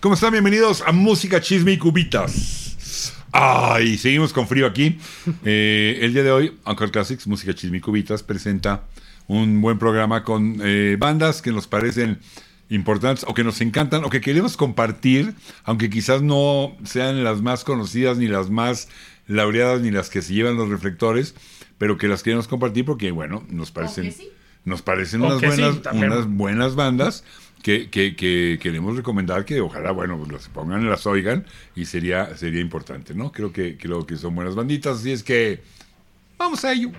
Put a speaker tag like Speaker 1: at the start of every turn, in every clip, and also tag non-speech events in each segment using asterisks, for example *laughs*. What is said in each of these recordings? Speaker 1: ¿Cómo están? Bienvenidos a Música, Chisme y Cubitas. Ay, seguimos con frío aquí. Eh, el día de hoy, Uncle Classics, Música, Chisme y Cubitas, presenta un buen programa con eh, bandas que nos parecen importantes o que nos encantan o que queremos compartir, aunque quizás no sean las más conocidas ni las más laureadas ni las que se llevan los reflectores, pero que las queremos compartir porque, bueno, nos parecen,
Speaker 2: sí.
Speaker 1: nos parecen
Speaker 3: O
Speaker 1: unas
Speaker 3: que sí,
Speaker 1: buenas,
Speaker 3: también.
Speaker 1: unas buenas bandas que, que- que queremos recomendar que ojalá, bueno, pues las pongan, las oigan y sería, sería importante, ¿no? Creo que, creo que son buenas banditas, así es que vamos a ello.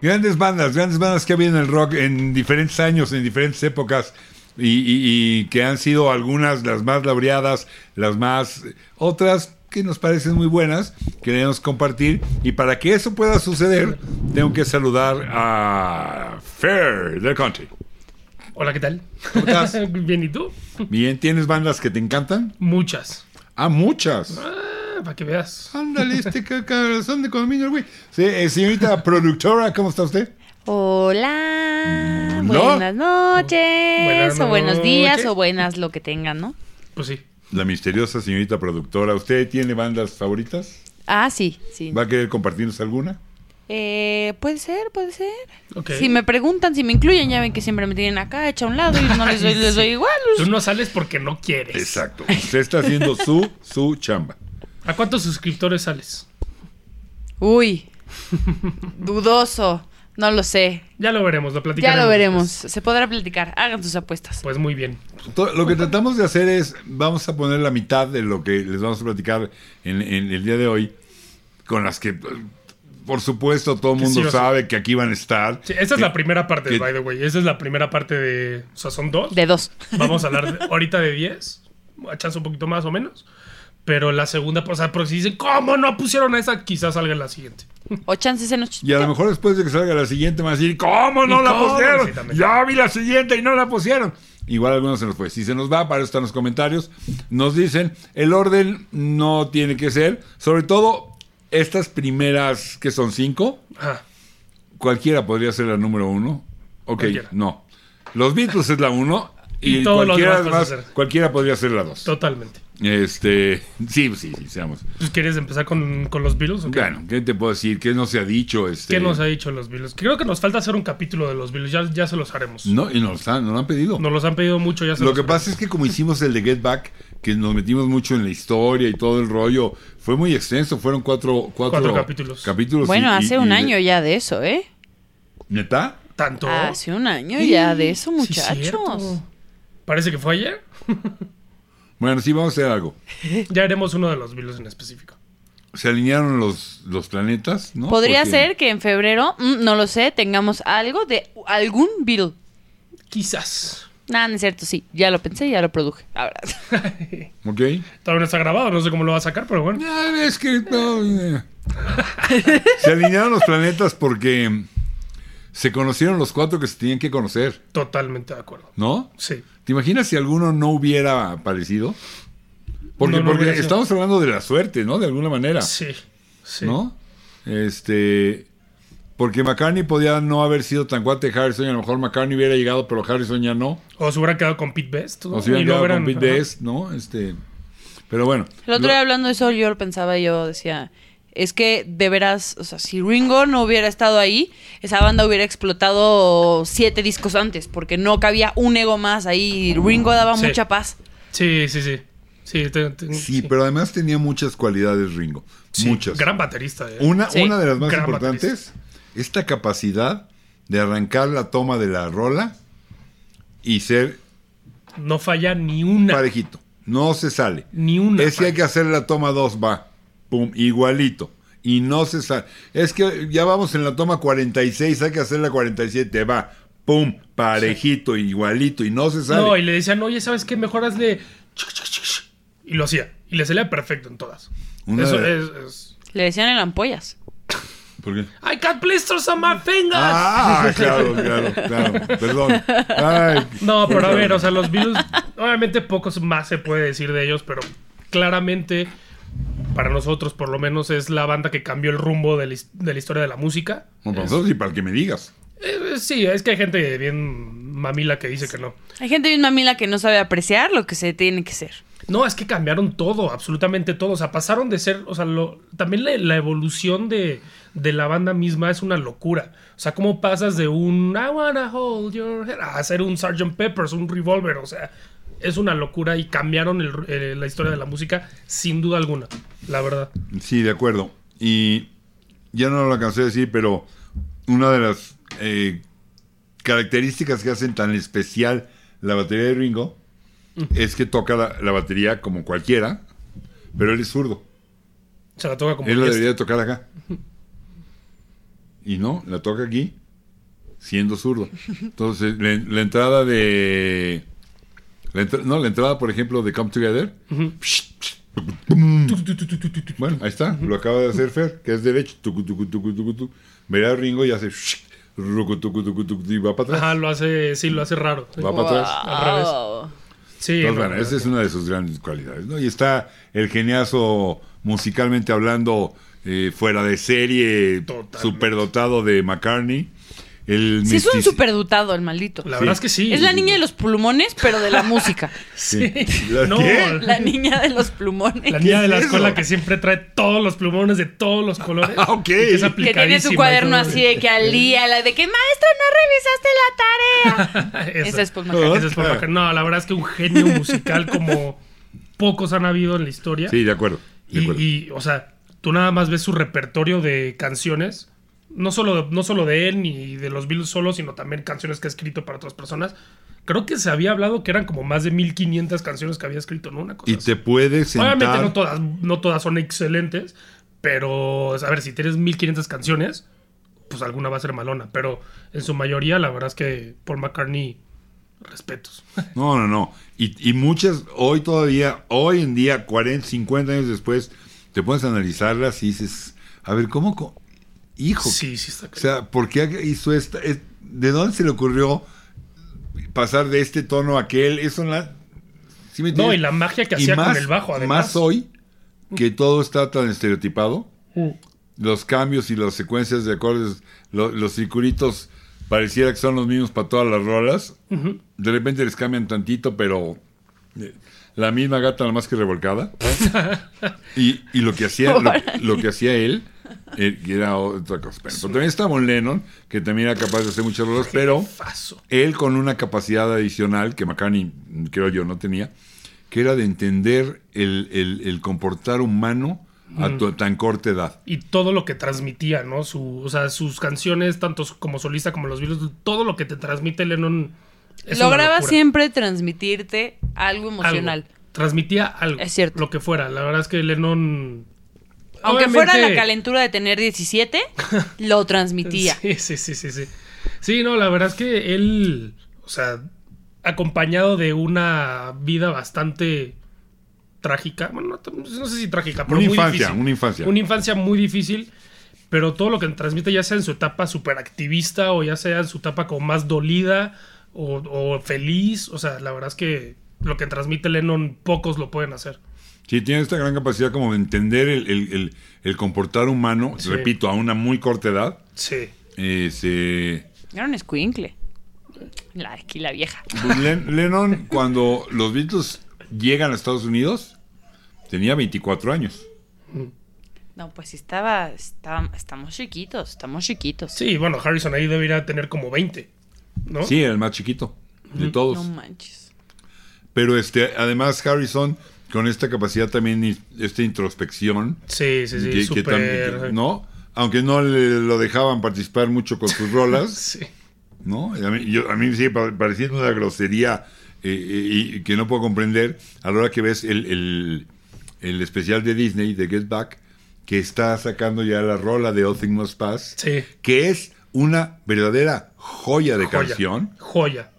Speaker 1: Grandes bandas, grandes bandas que ha habido en el rock en diferentes años, en diferentes épocas, y, y- y que han sido algunas las más laureadas, las más otras que nos parecen muy buenas, queremos compartir. Y para que eso pueda suceder, tengo que saludar a Fair del Country.
Speaker 3: Hola, ¿qué tal?
Speaker 1: ¿Cómo estás?
Speaker 3: *laughs* Bien, ¿y tú?
Speaker 1: Bien, ¿tienes bandas que te encantan?
Speaker 3: Muchas.
Speaker 1: Ah, muchas.
Speaker 3: Ah, para que veas.
Speaker 1: Ándale, este ca- cabezón de condominio, el güey. Sí, eh, señorita productora, ¿cómo está usted?
Speaker 2: Hola,
Speaker 1: No.
Speaker 2: buenas noches,
Speaker 3: Buenas
Speaker 2: o buenos días,
Speaker 3: noches.
Speaker 2: o buenas lo que tengan, ¿no?
Speaker 3: Pues sí.
Speaker 1: La misteriosa señorita productora, ¿usted tiene bandas favoritas?
Speaker 2: Ah, sí, sí.
Speaker 1: ¿Va a querer compartirnos alguna?
Speaker 2: Eh, puede ser, puede ser.
Speaker 3: Ok.
Speaker 2: Si me preguntan, si me incluyen, ya ven que siempre me tienen acá hecha a un lado y no les doy,
Speaker 3: Ay,
Speaker 2: les
Speaker 3: sí.
Speaker 2: doy igual.
Speaker 3: Tú no sales porque no
Speaker 1: *laughs*
Speaker 3: quieres.
Speaker 1: Exacto. Usted está haciendo su, su chamba.
Speaker 3: ¿A cuántos suscriptores sales?
Speaker 2: Uy, dudoso, no lo sé.
Speaker 3: Ya lo veremos, lo
Speaker 2: Ya
Speaker 3: platicaremos.
Speaker 2: lo veremos, se podrá platicar, hagan sus apuestas.
Speaker 3: Pues muy bien.
Speaker 1: To- Lo que tratamos de hacer es, vamos a poner la mitad de lo que les vamos a platicar en, en el día de hoy, con las que, eh, por supuesto, todo el
Speaker 3: Que sí,
Speaker 1: mundo
Speaker 3: o sea-
Speaker 1: sabe que aquí van a estar.
Speaker 3: Sí, esa es la primera parte,
Speaker 1: ¿Qué?
Speaker 3: by the way. Esa es la primera parte de... O sea, son dos.
Speaker 2: De dos.
Speaker 3: Vamos a hablar de- ahorita de 10. A chance un poquito más o menos. Pero la segunda, o sea, pero si dicen, ¿cómo no pusieron a esa? Quizás salga en la siguiente.
Speaker 2: O chances en ocho.
Speaker 1: Y a lo mejor después de que salga la siguiente van a decir, ¿cómo no
Speaker 3: ¿Y
Speaker 1: la
Speaker 3: cómo?
Speaker 1: pusieron?
Speaker 3: Sí, también.
Speaker 1: ya vi la siguiente y no la pusieron. Igual algunos se nos fue. Si se nos va, para eso están los comentarios. Nos dicen, el orden no tiene que ser. Sobre todo, estas primeras, que son cinco,
Speaker 3: Ajá.
Speaker 1: cualquiera podría ser la número uno. Ok,
Speaker 3: Cualquiera.
Speaker 1: no. Los Beatles es la uno y,
Speaker 3: *laughs* Y todos los
Speaker 1: cualquiera,
Speaker 3: demás pueden
Speaker 1: más-
Speaker 3: ser.
Speaker 1: cualquiera podría ser la dos.
Speaker 3: Totalmente.
Speaker 1: Este, sí, sí, sí, seamos.
Speaker 3: Pues, ¿Quieres empezar con, con los Beatles? o qué?
Speaker 1: Bueno, ¿qué te puedo decir? ¿Qué no se ha dicho? Este,
Speaker 3: ¿Qué nos ha dicho los Beatles? Creo que nos falta hacer un capítulo de los Beatles. Ya, ya se los haremos.
Speaker 1: No, y nos han, nos lo han pedido.
Speaker 3: Nos los han pedido mucho. Ya se
Speaker 1: Lo
Speaker 3: los
Speaker 1: que
Speaker 3: haremos.
Speaker 1: pasa es que como hicimos el de Get Back, que nos metimos mucho en la historia y todo el rollo, fue muy extenso, fueron cuatro, cuatro,
Speaker 3: Cuatro capítulos.
Speaker 1: y-
Speaker 2: Bueno,
Speaker 1: y-
Speaker 2: hace
Speaker 1: y
Speaker 2: un
Speaker 1: de-
Speaker 2: año ya de eso, ¿eh?
Speaker 1: ¿Neta?
Speaker 3: Tanto.
Speaker 2: Hace un año ya de eso,
Speaker 3: Sí,
Speaker 2: Ah, muchachos.
Speaker 3: cierto. Parece que fue ayer.
Speaker 1: Bueno, sí, vamos a hacer algo.
Speaker 3: Ya haremos uno de los Beatles en específico.
Speaker 1: Se alinearon los, los planetas, ¿no?
Speaker 2: Podría
Speaker 1: Porque-
Speaker 2: ser que en febrero, mm, no lo sé, tengamos algo de algún Beatle.
Speaker 3: Quizás.
Speaker 2: Nada, no es cierto, sí. Ya lo pensé y ya lo produje. *laughs* Ahora,
Speaker 1: Ok.
Speaker 3: Todavía no está grabado. No sé cómo lo va a sacar, pero bueno.
Speaker 1: Ya ves que... no, eh. se alinearon los planetas porque se conocieron los cuatro que se tenían que conocer,
Speaker 3: Totalmente de acuerdo.
Speaker 1: ¿no?
Speaker 3: Sí.
Speaker 1: ¿Te imaginas si alguno no hubiera aparecido? Porque,
Speaker 3: No, no
Speaker 1: porque
Speaker 3: hubiera sido.
Speaker 1: estamos hablando de la suerte, ¿no? De alguna manera,
Speaker 3: Sí. Sí.
Speaker 1: Ah. ¿no? Este, porque McCartney podía no haber sido tan cuate de Harrison, y a lo mejor McCartney hubiera llegado, pero Harrison ya no.
Speaker 3: O se hubieran quedado con Pete Best. ¿no?
Speaker 1: O si
Speaker 3: Y
Speaker 1: hubieran
Speaker 3: no
Speaker 1: quedado
Speaker 3: hubieran-
Speaker 1: con Pete
Speaker 3: Ajá.
Speaker 1: Best, ¿no? Este, pero bueno.
Speaker 2: el otro
Speaker 1: Lo-
Speaker 2: día hablando de eso, yo lo pensaba y yo decía, es que de veras, o sea, si Ringo no hubiera estado ahí, esa banda hubiera explotado siete discos antes, porque no cabía un ego más ahí. Ringo daba
Speaker 3: Sí.
Speaker 2: mucha paz.
Speaker 3: Sí, sí, sí. Sí, te- te-
Speaker 1: sí, pero además tenía muchas cualidades Ringo.
Speaker 3: Sí,
Speaker 1: muchas.
Speaker 3: Gran baterista. eh.
Speaker 1: Una,
Speaker 2: Sí.
Speaker 1: una de las más
Speaker 3: Gran
Speaker 1: importantes, esta capacidad de arrancar la toma de la rola y ser
Speaker 3: No falla ni una.
Speaker 1: parejito. No se sale.
Speaker 3: Ni una.
Speaker 1: Es que hay
Speaker 3: falla.
Speaker 1: que hacer la toma 2, va. Pum, igualito. Y no se sale. Es que ya vamos en la toma 46, hay que hacer la 47, va. Pum, parejito, igualito. Y no se sale.
Speaker 3: No, y le decían, oye, ¿sabes qué? Mejor hazle. chic, chic, chic, chic". Y lo hacía. Y le salía perfecto en todas.
Speaker 1: Una
Speaker 3: Eso
Speaker 1: de-
Speaker 3: es, es-
Speaker 2: Le decían el ampollas.
Speaker 1: ¿Por qué?
Speaker 3: I got blisters on my fingers.
Speaker 1: Ah, claro, claro, claro.
Speaker 3: *laughs*
Speaker 1: Perdón. Ay.
Speaker 3: No, pero a ver, o sea, los virus, *laughs* obviamente pocos más se puede decir de ellos, pero claramente para nosotros por lo menos es la banda que cambió el rumbo de la, his- de la historia de la música.
Speaker 1: Bueno, para nosotros y pues, para el que me digas.
Speaker 3: Eh, eh, sí, es que hay gente bien mamila que dice que no.
Speaker 2: Hay gente bien mamila que no sabe apreciar lo que se tiene que ser.
Speaker 3: No, es que cambiaron todo, absolutamente todo. O sea, pasaron de ser. O sea, lo- también la, la evolución de, de la banda misma es una locura. O sea, ¿cómo pasas de un I wanna hold your hand a ser un Sgt. Peppers, un revolver? O sea, es una locura y cambiaron el- eh, la historia de la música sin duda alguna, la verdad.
Speaker 1: Sí, de acuerdo. Y ya no lo alcancé a decir, pero una de las eh, características que hacen tan especial la batería de Ringo es que toca la, la batería como cualquiera, pero él es zurdo.
Speaker 3: Se la toca como.
Speaker 1: Él la
Speaker 3: orquesta.
Speaker 1: debería tocar acá. Y no, la toca aquí, siendo zurdo. Entonces, la, la entrada de... la entra- no, la entrada, por ejemplo, de Come Together.
Speaker 3: Tu, tu, tu, tu, tu, tu, tu.
Speaker 1: Bueno, ahí está, lo acaba de hacer Fer, que es derecho. Tucu, tucu, tucu, tucu, tucu. Verá a Ringo y hace. shh, rucu, tucu, tucu, tucu, y va para atrás.
Speaker 3: Ajá, lo hace. Sí, lo hace raro. Sí.
Speaker 1: Va para atrás.
Speaker 2: Wow.
Speaker 3: Sí,
Speaker 1: Entonces,
Speaker 3: no,
Speaker 1: bueno,
Speaker 3: no,
Speaker 1: esa
Speaker 3: no.
Speaker 1: es una de sus grandes cualidades, ¿no? Y está el geniazo musicalmente hablando, eh, fuera de serie,
Speaker 3: Totalmente.
Speaker 1: superdotado de McCartney. El
Speaker 2: Sí, es un
Speaker 1: mistic-
Speaker 2: superdotado el maldito.
Speaker 3: La
Speaker 1: Sí.
Speaker 3: verdad es que sí.
Speaker 2: Es la niña de los plumones, pero de la
Speaker 3: *laughs*
Speaker 2: música.
Speaker 1: Sí.
Speaker 3: Sí.
Speaker 1: ¿La
Speaker 3: *laughs* No,
Speaker 1: qué?
Speaker 2: La niña de los plumones.
Speaker 3: La niña de la
Speaker 1: es eso?
Speaker 3: escuela que siempre trae todos los plumones de todos los colores.
Speaker 1: Ah, ok.
Speaker 3: Y que
Speaker 2: Que
Speaker 3: es
Speaker 2: tiene su
Speaker 3: aplicadísima
Speaker 2: cuaderno
Speaker 3: y todo.
Speaker 2: así de que al día, la de que maestra no revisaste la tarea.
Speaker 3: *laughs* *laughs* Esa.
Speaker 2: Esa es pues,
Speaker 1: Ah.
Speaker 2: Paul McCartney.
Speaker 3: Esa es Paul McCartney. No, la verdad es que un genio musical como pocos han habido en la historia.
Speaker 1: Sí, de acuerdo. De acuerdo.
Speaker 3: y, y, o sea, tú nada más ves su repertorio de canciones. No solo, no solo de él ni de los Beatles solo, sino también canciones que ha escrito para otras personas. Creo que se había hablado que eran como más de 1500 canciones que había escrito, ¿no? Una cosa
Speaker 1: Y
Speaker 3: así.
Speaker 1: te puedes
Speaker 3: Obviamente no
Speaker 1: sentar.
Speaker 3: todas, no todas son excelentes, pero a ver, si tienes 1500 canciones, pues alguna va a ser malona, pero en su mayoría la verdad es que Paul McCartney respetos.
Speaker 1: No, no, no. Y, y muchas, hoy todavía, hoy en día, 40, 50 años después, te pones a analizarlas y dices, a ver, ¿cómo? co- Hijo,
Speaker 3: *laughs* Sí, sí está.
Speaker 1: o
Speaker 3: cañón.
Speaker 1: sea, ¿por qué hizo esta? es- ¿De dónde se le ocurrió pasar de este tono a aquel? Eso en la... ¿sí me
Speaker 3: No,
Speaker 1: entiendes?
Speaker 3: y la magia que hacía con el bajo además.
Speaker 1: Más hoy, que todo está tan estereotipado,
Speaker 3: Mm.
Speaker 1: los cambios y las secuencias de acordes, lo- los circulitos pareciera que son los mismos para todas las rolas. De repente les cambian tantito, pero eh, la misma gata nada más que revolcada. y, y lo que hacía lo, lo que hacía él eh, que era otra cosa. Pero también está Von Lennon, que también era capaz de hacer muchas rolas, pero
Speaker 3: Paso.
Speaker 1: él con una capacidad adicional que McCartney, mm, creo yo, no tenía, que era de entender el, el- el comportar humano a tu- tan corta edad.
Speaker 3: Y todo lo que transmitía, ¿no? Su, o sea, sus canciones, tanto como solista como los Beatles, todo lo que te transmite Lennon. es una
Speaker 2: Lograba
Speaker 3: locura.
Speaker 2: siempre transmitirte algo emocional.
Speaker 3: Algo. Transmitía algo.
Speaker 2: Es cierto.
Speaker 3: Lo que fuera. La verdad es que Lennon.
Speaker 2: Aunque fuera la
Speaker 3: Obviamente-
Speaker 2: calentura de tener
Speaker 3: *laughs*
Speaker 2: 17, lo transmitía.
Speaker 3: Sí, sí, sí, sí, sí. Sí, no, la verdad es que él, o sea, acompañado de una vida bastante trágica, bueno, no, no sé si trágica, pero
Speaker 1: Una
Speaker 3: muy
Speaker 1: infancia,
Speaker 3: difícil.
Speaker 1: una infancia.
Speaker 3: Una infancia muy difícil, pero todo lo que transmite, ya sea en su etapa superactivista o ya sea en su etapa como más dolida o, o feliz, o sea, la verdad es que lo que transmite Lennon pocos lo pueden hacer.
Speaker 1: Sí, tiene esta gran capacidad como de entender el, el- el- el comportar humano,
Speaker 3: Sí.
Speaker 1: repito, a una muy corta edad.
Speaker 3: Sí.
Speaker 1: Este,
Speaker 2: Era un escuincle. La aquí la vieja.
Speaker 1: pues, Len- *laughs* Lennon, cuando los Beatles llegan a Estados Unidos, tenía 24 años.
Speaker 2: No, pues sí estaba, estaba- estamos chiquitos, estamos chiquitos.
Speaker 3: Sí, bueno, Harrison ahí debería tener como 20, ¿no?
Speaker 1: Sí, era el más chiquito de todos.
Speaker 2: No manches.
Speaker 1: Pero este, además Harrison, con esta capacidad también, in- esta introspección,
Speaker 3: Sí, sí, sí,
Speaker 1: que- que tam-
Speaker 3: súper...
Speaker 1: que- ¿no? Aunque no le, lo dejaban participar mucho con sus
Speaker 3: *laughs*
Speaker 1: rolas,
Speaker 3: Sí.
Speaker 1: ¿no? Y A mí, yo- a mí me sigue pa- pareciendo una grosería eh, eh, y que no puedo comprender a la hora que ves el, el- el especial de Disney, de Get Back, que está sacando ya la rola de All Things Must Pass,
Speaker 3: Sí.
Speaker 1: que es una verdadera joya de
Speaker 3: Joya.
Speaker 1: canción. eh.
Speaker 3: Joya.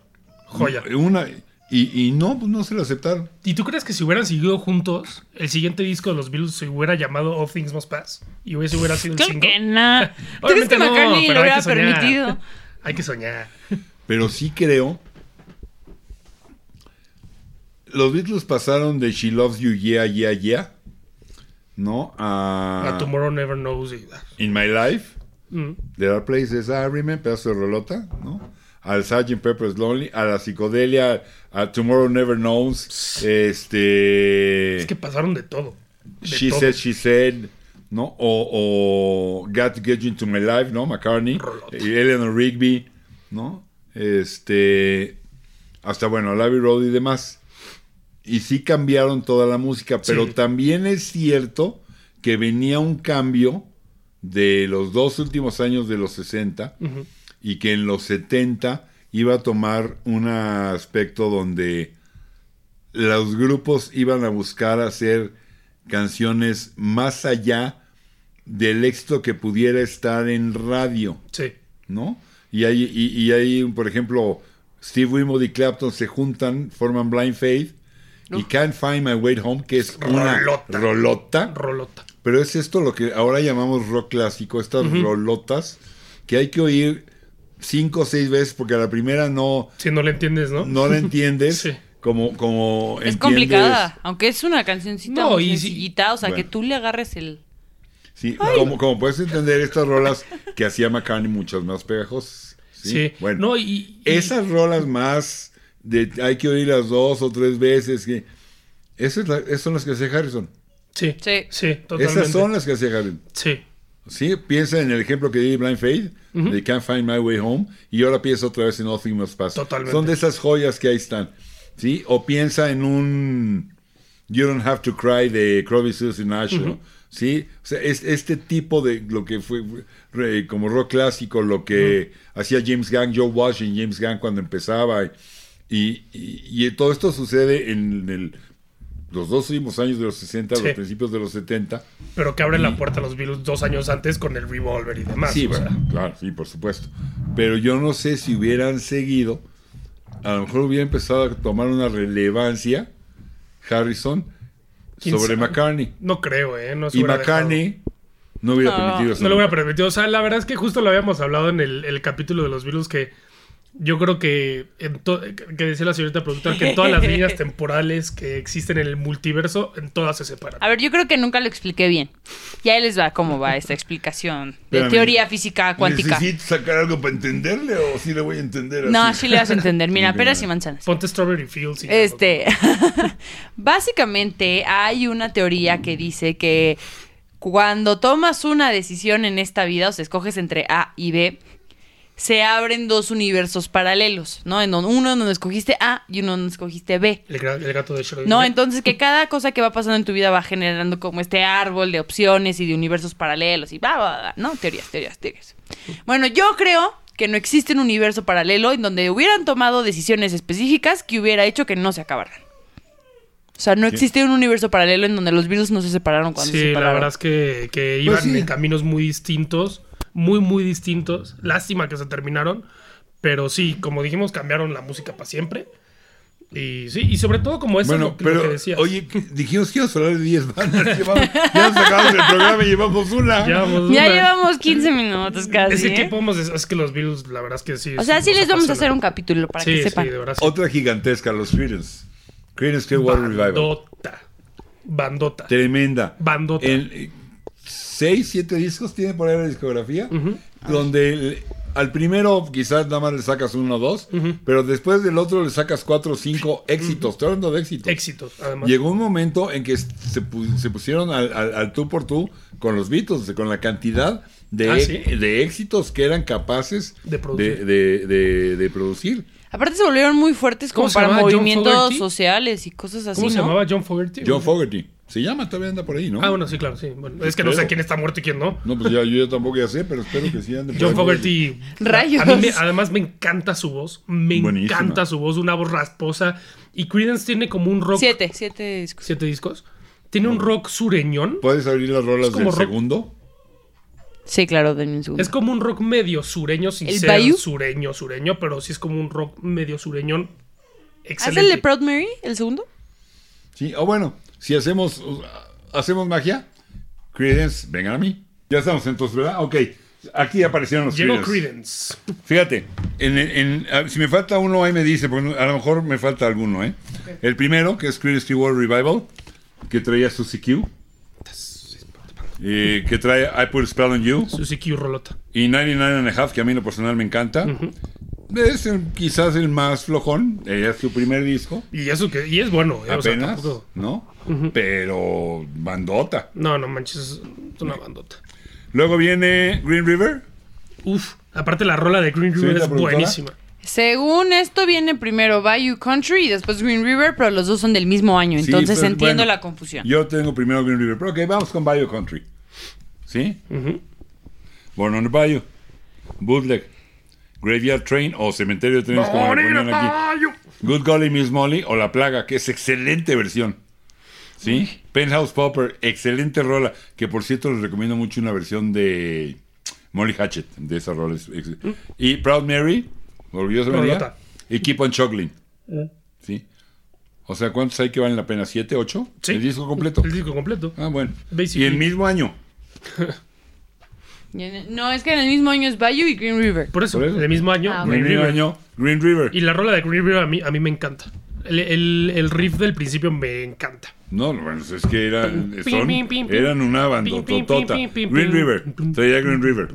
Speaker 3: Joya.
Speaker 1: Una, Y, y no, pues no se lo aceptaron.
Speaker 3: ¿Y tú crees que si hubieran seguido juntos, el siguiente disco de los Beatles se hubiera llamado All Things Must Pass? Y hubiese hubiera sido el
Speaker 2: Claro
Speaker 3: single.
Speaker 2: que nada. ¿Tú crees
Speaker 3: *laughs* Obviamente
Speaker 2: que
Speaker 3: no,
Speaker 2: McCartney
Speaker 3: pero
Speaker 2: lo
Speaker 3: hay
Speaker 2: hubiera
Speaker 3: que soñar.
Speaker 2: permitido?
Speaker 3: Hay que soñar.
Speaker 1: Pero sí creo. Los Beatles pasaron de She Loves You, Yeah, Yeah, Yeah, ¿no? A,
Speaker 3: A Tomorrow Never Knows. y-
Speaker 1: In My Life,
Speaker 3: Mm.
Speaker 1: There Are Places I Remember, pedazo de rolota, ¿no? Al Sgt. Pepper's Lonely, a la psicodelia, a Tomorrow Never Knows, este...
Speaker 3: Es que pasaron de todo. De
Speaker 1: She
Speaker 3: todo.
Speaker 1: Said, She Said, ¿no? O, o Got to Get You Into My Life, ¿no? McCartney.
Speaker 3: Rolota.
Speaker 1: Y Eleanor Rigby, ¿no? Este. Hasta bueno, Larry Road y demás. Y sí cambiaron toda la música, pero
Speaker 3: Sí.
Speaker 1: también es cierto que venía un cambio de los dos últimos años de los 60
Speaker 3: Ujú.
Speaker 1: y que en los 70 iba a tomar un aspecto donde los grupos iban a buscar hacer canciones más allá del éxito que pudiera estar en radio,
Speaker 3: Sí.
Speaker 1: ¿no? Y ahí, y, y ahí, por ejemplo, Steve Winwood y Clapton se juntan, forman Blind Faith y Can't Find My Way Home, que es una
Speaker 3: Rolota.
Speaker 1: rolota.
Speaker 3: Rolota.
Speaker 1: Pero es esto lo que ahora llamamos rock clásico, estas rolotas que hay que oír cinco o seis veces porque a la primera no,
Speaker 3: Si no le entiendes, ¿no? *laughs*
Speaker 1: no la entiendes.
Speaker 3: Sí.
Speaker 1: Como, como
Speaker 2: Es
Speaker 1: entiendes-
Speaker 2: complicada, aunque es una cancioncita
Speaker 3: No,
Speaker 2: muy
Speaker 3: y si-
Speaker 2: sencillita, o sea,
Speaker 1: Bueno.
Speaker 2: que tú le agarres el...
Speaker 1: Sí, como, como puedes entender estas rolas que hacía McCartney muchas más pegajosas. Sí.
Speaker 3: Sí.
Speaker 1: Bueno,
Speaker 3: No, y, y-
Speaker 1: esas rolas más de hay que oírlas dos o tres veces. Que, esas, la- esas son las que hacía Harrison.
Speaker 3: Sí.
Speaker 2: Sí.
Speaker 3: Sí. totalmente.
Speaker 1: Esas son las que hacía Harrison.
Speaker 3: Sí.
Speaker 1: Sí, piensa en el ejemplo que di de Blind Faith, de Can't Find My Way Home, y ahora piensa otra vez en Nothing Must Pass.
Speaker 3: Totalmente.
Speaker 1: Son de esas joyas que ahí están. ¿sí? O piensa en un You Don't Have to Cry de Crosby, Stills y Nash. ¿no? ¿sí? O sea, es, este tipo de lo que fue re- como rock clásico, lo que hacía James Gang, Joe Walsh y James Gang cuando empezaba. Y, y- y todo esto sucede en el- los dos últimos años de los 60,
Speaker 3: Sí.
Speaker 1: los principios de los 70.
Speaker 3: Pero que abren la puerta a los virus dos años antes con el revólver y demás.
Speaker 1: Sí,
Speaker 3: o sea.
Speaker 1: bueno, claro, sí, por supuesto. Pero yo no sé si hubieran seguido, a lo mejor hubiera empezado a tomar una relevancia Harrison
Speaker 3: ¿Quién
Speaker 1: sobre
Speaker 3: sabe?
Speaker 1: McCartney.
Speaker 3: No creo, ¿eh? No se
Speaker 1: Y
Speaker 3: hubiera
Speaker 1: McCartney pues,
Speaker 3: dejado.
Speaker 1: no hubiera
Speaker 2: No,
Speaker 1: permitido eso.
Speaker 3: No lo hubiera permitido. O sea, la verdad es que justo lo habíamos hablado en el, el capítulo de los virus que yo creo que, en to- que decía la señorita productora, que en todas las
Speaker 2: *laughs*
Speaker 3: líneas temporales que existen en el multiverso, en todas se separan.
Speaker 2: A ver, yo creo que nunca lo expliqué bien. Ya ahí les va cómo va esta explicación de
Speaker 1: Espérame.
Speaker 2: teoría física cuántica.
Speaker 1: ¿Necesito sacar algo para entenderle o sí le voy a entender?
Speaker 2: No,
Speaker 1: así?
Speaker 2: sí le vas a entender. Mira,
Speaker 1: Ok.
Speaker 2: peras y manzanas.
Speaker 3: Ponte Strawberry Fields y ya,
Speaker 2: Este, *laughs* básicamente hay una teoría que dice que cuando tomas una decisión en esta vida, o sea, escoges entre A y B, se abren dos universos paralelos, ¿no? En donde uno en donde escogiste A y uno donde escogiste B.
Speaker 3: El, gra- el gato de Schrödinger.
Speaker 2: No, entonces que cada cosa que va pasando en tu vida va generando como este árbol de opciones y de universos paralelos y bla, bla, bla, ¿no? Teorías, teorías, teorías. Bueno, yo creo que no existe un universo paralelo en donde hubieran tomado decisiones específicas que hubiera hecho que no se acabaran. O sea, no existe un universo paralelo en donde los virus no se separaron cuando se
Speaker 3: Sí, la
Speaker 2: separaron.
Speaker 3: verdad es que, que iban
Speaker 1: Pues sí.
Speaker 3: en caminos muy distintos, muy, muy distintos. Lástima que se terminaron, pero sí, como dijimos, cambiaron la música para siempre. Y sí, y sobre todo como eso es
Speaker 1: Bueno,
Speaker 3: lo, que- lo
Speaker 1: pero
Speaker 3: que decías.
Speaker 1: oye, que- dijimos que íbamos a hablar de 10 bandas. *laughs* llevamos- ya nos acabamos el programa y llevamos una.
Speaker 3: ya, vamos,
Speaker 2: Ya
Speaker 3: una-
Speaker 2: llevamos 15 minutos casi.
Speaker 3: Es que, ¿qué
Speaker 2: ¿eh?
Speaker 3: podemos decir? Es que los virus, la verdad es que sí.
Speaker 2: O sea, sí
Speaker 3: nos
Speaker 2: les vamos a
Speaker 3: apasionan.
Speaker 2: hacer un capítulo para
Speaker 3: sí,
Speaker 2: que sepan.
Speaker 3: Sí, de verdad. sí.
Speaker 1: Otra gigantesca, los Creedence. Creedence Clearwater Revival.
Speaker 3: Bandota. Bandota.
Speaker 1: Tremenda.
Speaker 3: Bandota.
Speaker 1: en eh, seis, siete discos tiene por ahí la discografía, donde el- al primero quizás nada más le sacas uno o dos, pero después del otro le sacas cuatro o cinco éxitos. Estoy hablando de éxitos.
Speaker 3: Éxitos, además.
Speaker 1: Llegó un momento en que se, pu- se pusieron al, al- al tú por tú con los Beatles, con la cantidad de,
Speaker 3: Ah, sí.
Speaker 1: de éxitos que eran capaces
Speaker 3: De
Speaker 1: de-
Speaker 3: producir.
Speaker 1: de- de- de producir.
Speaker 2: Aparte se volvieron muy fuertes como
Speaker 3: ¿Cómo se
Speaker 2: para
Speaker 3: llamaba John
Speaker 2: movimientos
Speaker 3: Fogerty?
Speaker 2: sociales y cosas así,
Speaker 3: ¿Cómo se
Speaker 2: ¿no?
Speaker 3: llamaba? John Fogerty.
Speaker 1: John Fogerty. Se llama, todavía anda por ahí, ¿no?
Speaker 3: Ah, bueno, sí, claro, sí. Bueno, es que no
Speaker 1: Espero.
Speaker 3: sé quién está muerto y quién no.
Speaker 1: No, pues ya, yo ya tampoco ya sé, pero espero que sí ande por
Speaker 3: John
Speaker 1: ahí.
Speaker 3: Fogerty.
Speaker 2: Rayos.
Speaker 3: A mí me- además me encanta su voz. Me
Speaker 1: Buenísima.
Speaker 3: encanta su voz, una voz rasposa. Y Creedence tiene como un rock.
Speaker 2: Siete, siete discos.
Speaker 3: siete discos. Tiene un rock sureñón.
Speaker 1: ¿Puedes abrir las rolas
Speaker 3: Es como
Speaker 1: del
Speaker 3: rock.
Speaker 1: segundo?
Speaker 2: Sí, claro, denme un segundo.
Speaker 3: Es como un rock medio sureño, sin
Speaker 2: ¿El
Speaker 3: ser
Speaker 2: Bayou?
Speaker 3: sureño, sureño, pero sí es como un rock medio sureñón.
Speaker 2: ¿Haz
Speaker 3: Excelente.
Speaker 2: el de Proud Mary, el segundo?
Speaker 1: Sí, o bueno, si hacemos, o sea, hacemos magia, Credence, vengan a mí. Ya estamos entonces, ¿verdad? Ok, aquí aparecieron los
Speaker 3: Llegó
Speaker 1: Creedence.
Speaker 3: Credence.
Speaker 1: Fíjate, en- en- a- si me falta uno, ahí me dice, porque no- a lo mejor me falta alguno, ¿eh? El primero, que es Creedence Clearwater Revival, que traía su CQ. eh, que trae I Put a Spell on You
Speaker 3: Su CQ rolota.
Speaker 1: y 99 and a Half, que a mí en lo personal me encanta. Es el- quizás el más flojón, eh, es su primer disco,
Speaker 3: Y eso que. Y es bueno. eh, o sea,
Speaker 1: apenas,
Speaker 3: tampoco-
Speaker 1: ¿no? Pero bandota.
Speaker 3: no, no manches. Es una bandota.
Speaker 1: Luego viene Green River,
Speaker 3: Uf. Aparte, la rola de Green River
Speaker 1: la
Speaker 3: es
Speaker 1: productora?
Speaker 3: buenísima.
Speaker 2: Según esto viene primero Bayou Country y después Green River, pero los dos son del mismo año,
Speaker 1: Sí,
Speaker 2: entonces
Speaker 1: pero
Speaker 2: entiendo
Speaker 1: bueno,
Speaker 2: la confusión.
Speaker 1: Yo tengo primero Green River, pero ok, vamos con Bayou Country. ¿Sí? Born on the Bayou, Bootleg, Graveyard Train o Cementerio de Trenes, como le ponían aquí. Good Golly Miss Molly o La Plaga, que es excelente versión. ¿Sí? Penthouse Popper, excelente rola, que por cierto les recomiendo mucho una versión de Molly Hatchet, de esa rola. es ex- Y Proud Mary, Orgullosa María,
Speaker 3: Mm. Rolota.
Speaker 1: y Keep on Chuckling.
Speaker 3: Mm.
Speaker 1: ¿Sí? O sea, ¿cuántos hay que valen la pena? ¿Siete, ocho?
Speaker 3: Sí.
Speaker 1: El disco completo.
Speaker 3: El disco completo.
Speaker 1: Ah, bueno.
Speaker 3: Basically.
Speaker 1: Y el mismo año.
Speaker 2: Y en el- No, es que en el mismo año es Bayou y Green River.
Speaker 3: Por eso,
Speaker 1: Por eso.
Speaker 3: del mismo año.
Speaker 2: Ah,
Speaker 1: En el
Speaker 3: Green
Speaker 1: mismo
Speaker 3: River.
Speaker 1: año, Green River.
Speaker 3: Y la rola de Green River a mí, a mí me encanta. El, el- el riff del principio me encanta.
Speaker 1: No, bueno, es que eran,
Speaker 3: Pim,
Speaker 1: son-
Speaker 3: pim, pim, pim.
Speaker 1: eran una
Speaker 3: Pim, pim,
Speaker 1: bandotota.
Speaker 3: pim, pim, pim,
Speaker 1: Green
Speaker 3: pim.
Speaker 1: River,
Speaker 3: Pim, Mm,
Speaker 1: traía Green River.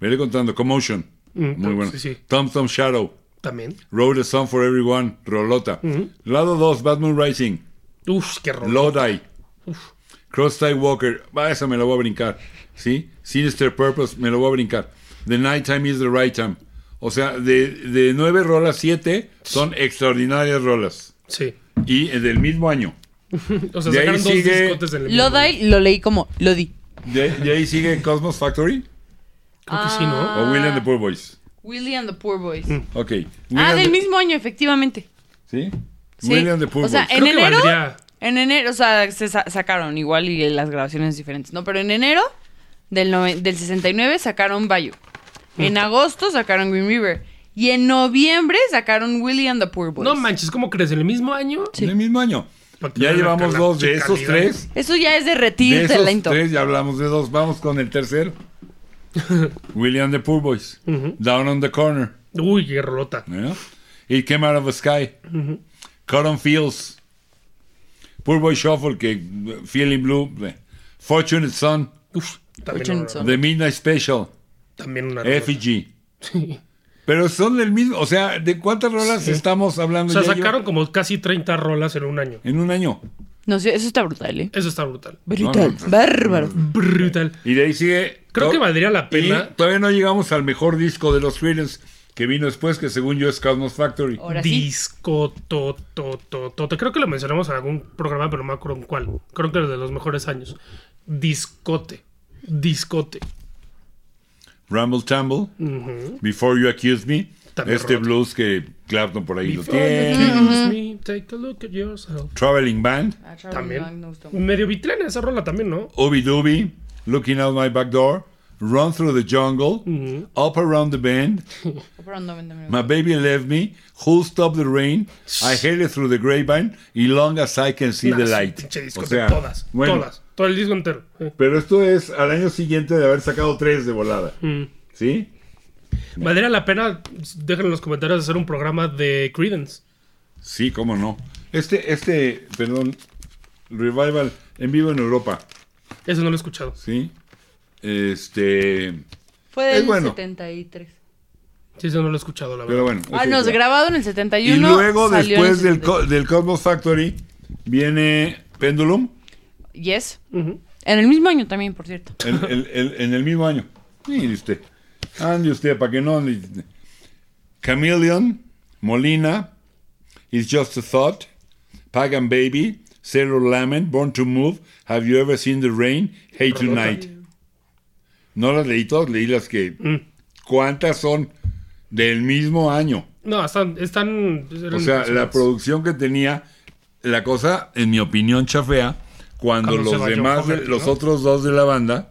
Speaker 1: Me iré contando, Commotion, muy bueno.
Speaker 3: sí, sí.
Speaker 1: Tom Tom Shadow,
Speaker 3: También.
Speaker 1: Road a Song for Everyone, Rolota.
Speaker 3: Mm-hmm.
Speaker 1: Lado 2, Bad Moon Rising,
Speaker 3: Uf, qué rola.
Speaker 1: Lodi, Cross Tide Walker, va, esa me la voy a brincar, ¿sí? Sinister Purpose, me la voy a brincar. The Night Time is the Right Time. O sea, de, de nueve rolas, siete son extraordinarias rolas.
Speaker 3: Sí.
Speaker 1: Y eh, del mismo año.
Speaker 3: O sea,
Speaker 1: De ahí
Speaker 3: sacaron dos
Speaker 1: sigue-
Speaker 3: discotes en el mismo año.
Speaker 2: Lodai lo leí como Lodi.
Speaker 1: De, de ahí sigue Cosmos Factory
Speaker 3: Creo que sí,
Speaker 2: Ah.
Speaker 3: ¿no?
Speaker 1: o William the Poor Boys.
Speaker 2: Willie and the Poor Boys.
Speaker 1: Ok.
Speaker 2: Ah,
Speaker 1: William
Speaker 2: del
Speaker 1: the-
Speaker 2: mismo año, efectivamente.
Speaker 1: ¿Sí?
Speaker 2: Sí.
Speaker 1: William the Poor
Speaker 2: o sea,
Speaker 1: Boys.
Speaker 2: eh, en
Speaker 3: Creo que
Speaker 2: enero,
Speaker 3: valdría-
Speaker 2: en enero, o sea, se sa- sacaron igual y las grabaciones diferentes, ¿no? Pero en enero del, noven- del 69 sacaron Bayou.
Speaker 1: Mm.
Speaker 2: En agosto sacaron Green River. Y en noviembre sacaron Willie and the Poor Boys.
Speaker 3: No manches, ¿cómo crees? ¿En el mismo año?
Speaker 1: En el mismo año.
Speaker 3: Para que
Speaker 1: Ya
Speaker 3: vean
Speaker 1: llevamos
Speaker 3: la
Speaker 1: dos de
Speaker 3: calidad.
Speaker 1: esos tres.
Speaker 2: Eso ya es
Speaker 1: De
Speaker 2: derretirte
Speaker 1: esos
Speaker 2: lento.
Speaker 1: tres ya hablamos de dos. Vamos con el
Speaker 3: *laughs*
Speaker 1: tercero. William the Poor Boys. Down on the Corner.
Speaker 3: Uy, qué rolota.
Speaker 1: ¿no? It Came Out of the Sky. Cotton Fields. Poor Boy Shuffle, que eh, Feeling Blue. eh. Fortunate Son.
Speaker 3: Uf, también una,
Speaker 2: Hutchinson.
Speaker 1: The Midnight Special.
Speaker 3: también una
Speaker 1: Eh,
Speaker 3: rolota.
Speaker 1: Effigy.
Speaker 3: Sí.
Speaker 1: Pero son del mismo, o sea, ¿de cuántas rolas estamos
Speaker 3: O
Speaker 1: hablando?
Speaker 3: sea,
Speaker 1: ya,
Speaker 3: sacaron como casi 30 rolas en un año.
Speaker 1: yo? En un año.
Speaker 2: No sé, eso está brutal, ¿eh?
Speaker 3: Eso está brutal.
Speaker 1: No,
Speaker 2: Brutal.
Speaker 1: Mm. no, no.
Speaker 2: Bárbaro.
Speaker 3: Brutal.
Speaker 1: Y de ahí sigue...
Speaker 3: Creo
Speaker 1: to-
Speaker 3: que valdría la pena.
Speaker 1: Y todavía no llegamos al mejor disco de los Creedence que vino después, que según yo es Cosmos Factory.
Speaker 2: Ahora sí.
Speaker 3: Disco, to, to, to, to, to. Creo que lo mencionamos en algún programa, pero no me acuerdo en cuál. Creo que era de los mejores años. Discote. Discote.
Speaker 1: Rumble Tumble, Before You Accuse Me,
Speaker 3: También
Speaker 1: este
Speaker 3: rola.
Speaker 1: blues que Clapton por ahí lo
Speaker 3: Before you
Speaker 1: tiene,
Speaker 3: accuse me, take a look at yourself.
Speaker 1: Traveling Band,
Speaker 2: Ah,
Speaker 3: También.
Speaker 1: Mm.
Speaker 3: Medio vitrina esa rola también, ¿no?
Speaker 1: Ooby Dooby, Looking Out My Back Door, Run Through the Jungle, Up Around the Bend, My Baby Left Me, Who Stopped the Rain, I Heard It Through the Grapevine y Long As I Can See
Speaker 3: Nah,
Speaker 1: the
Speaker 3: sí,
Speaker 1: Light.
Speaker 3: pinche disco
Speaker 1: O
Speaker 3: de
Speaker 1: sea,
Speaker 3: todas.
Speaker 1: bueno,
Speaker 3: Todas. Todo el disco entero. Eh.
Speaker 1: Pero esto es al año siguiente de haber sacado tres de volada. ¿Sí?
Speaker 3: Mm. Valdría la pena, dejen en los comentarios, hacer un programa de Credence.
Speaker 1: Sí, cómo no. Este, este, perdón, Revival en vivo en Europa,
Speaker 3: Eso no lo he escuchado.
Speaker 1: ¿sí? Este,
Speaker 2: Fue del
Speaker 1: Es bueno.
Speaker 2: 73.
Speaker 3: Sí, eso no lo he escuchado, la verdad.
Speaker 1: pero bueno.
Speaker 2: Ah,
Speaker 1: ese
Speaker 2: no,
Speaker 1: es-
Speaker 2: grabado en el
Speaker 1: y
Speaker 2: 71.
Speaker 1: luego,
Speaker 2: salió en el
Speaker 1: después del,
Speaker 2: 73.
Speaker 1: co- del Cosmos Factory, viene Pendulum
Speaker 2: Yes. En el mismo año también, por cierto.
Speaker 1: el- el- el- en el mismo año. Mire usted. Ande usted, para que no. le- Chameleon, Molina, It's Just a Thought, Pagan Baby, Zero Lament, Born to Move, Have You Ever Seen the Rain, Hey Tonight. No las leí todas, leí las que. ¿Cuántas son del mismo año?
Speaker 3: No, están... están
Speaker 1: O sea, la producción que tenía, la cosa, en mi opinión, chafea cuando,
Speaker 3: Cuando se
Speaker 1: los
Speaker 3: va John
Speaker 1: demás, de-
Speaker 3: Fogerty,
Speaker 1: los
Speaker 3: ¿no?
Speaker 1: otros dos de la banda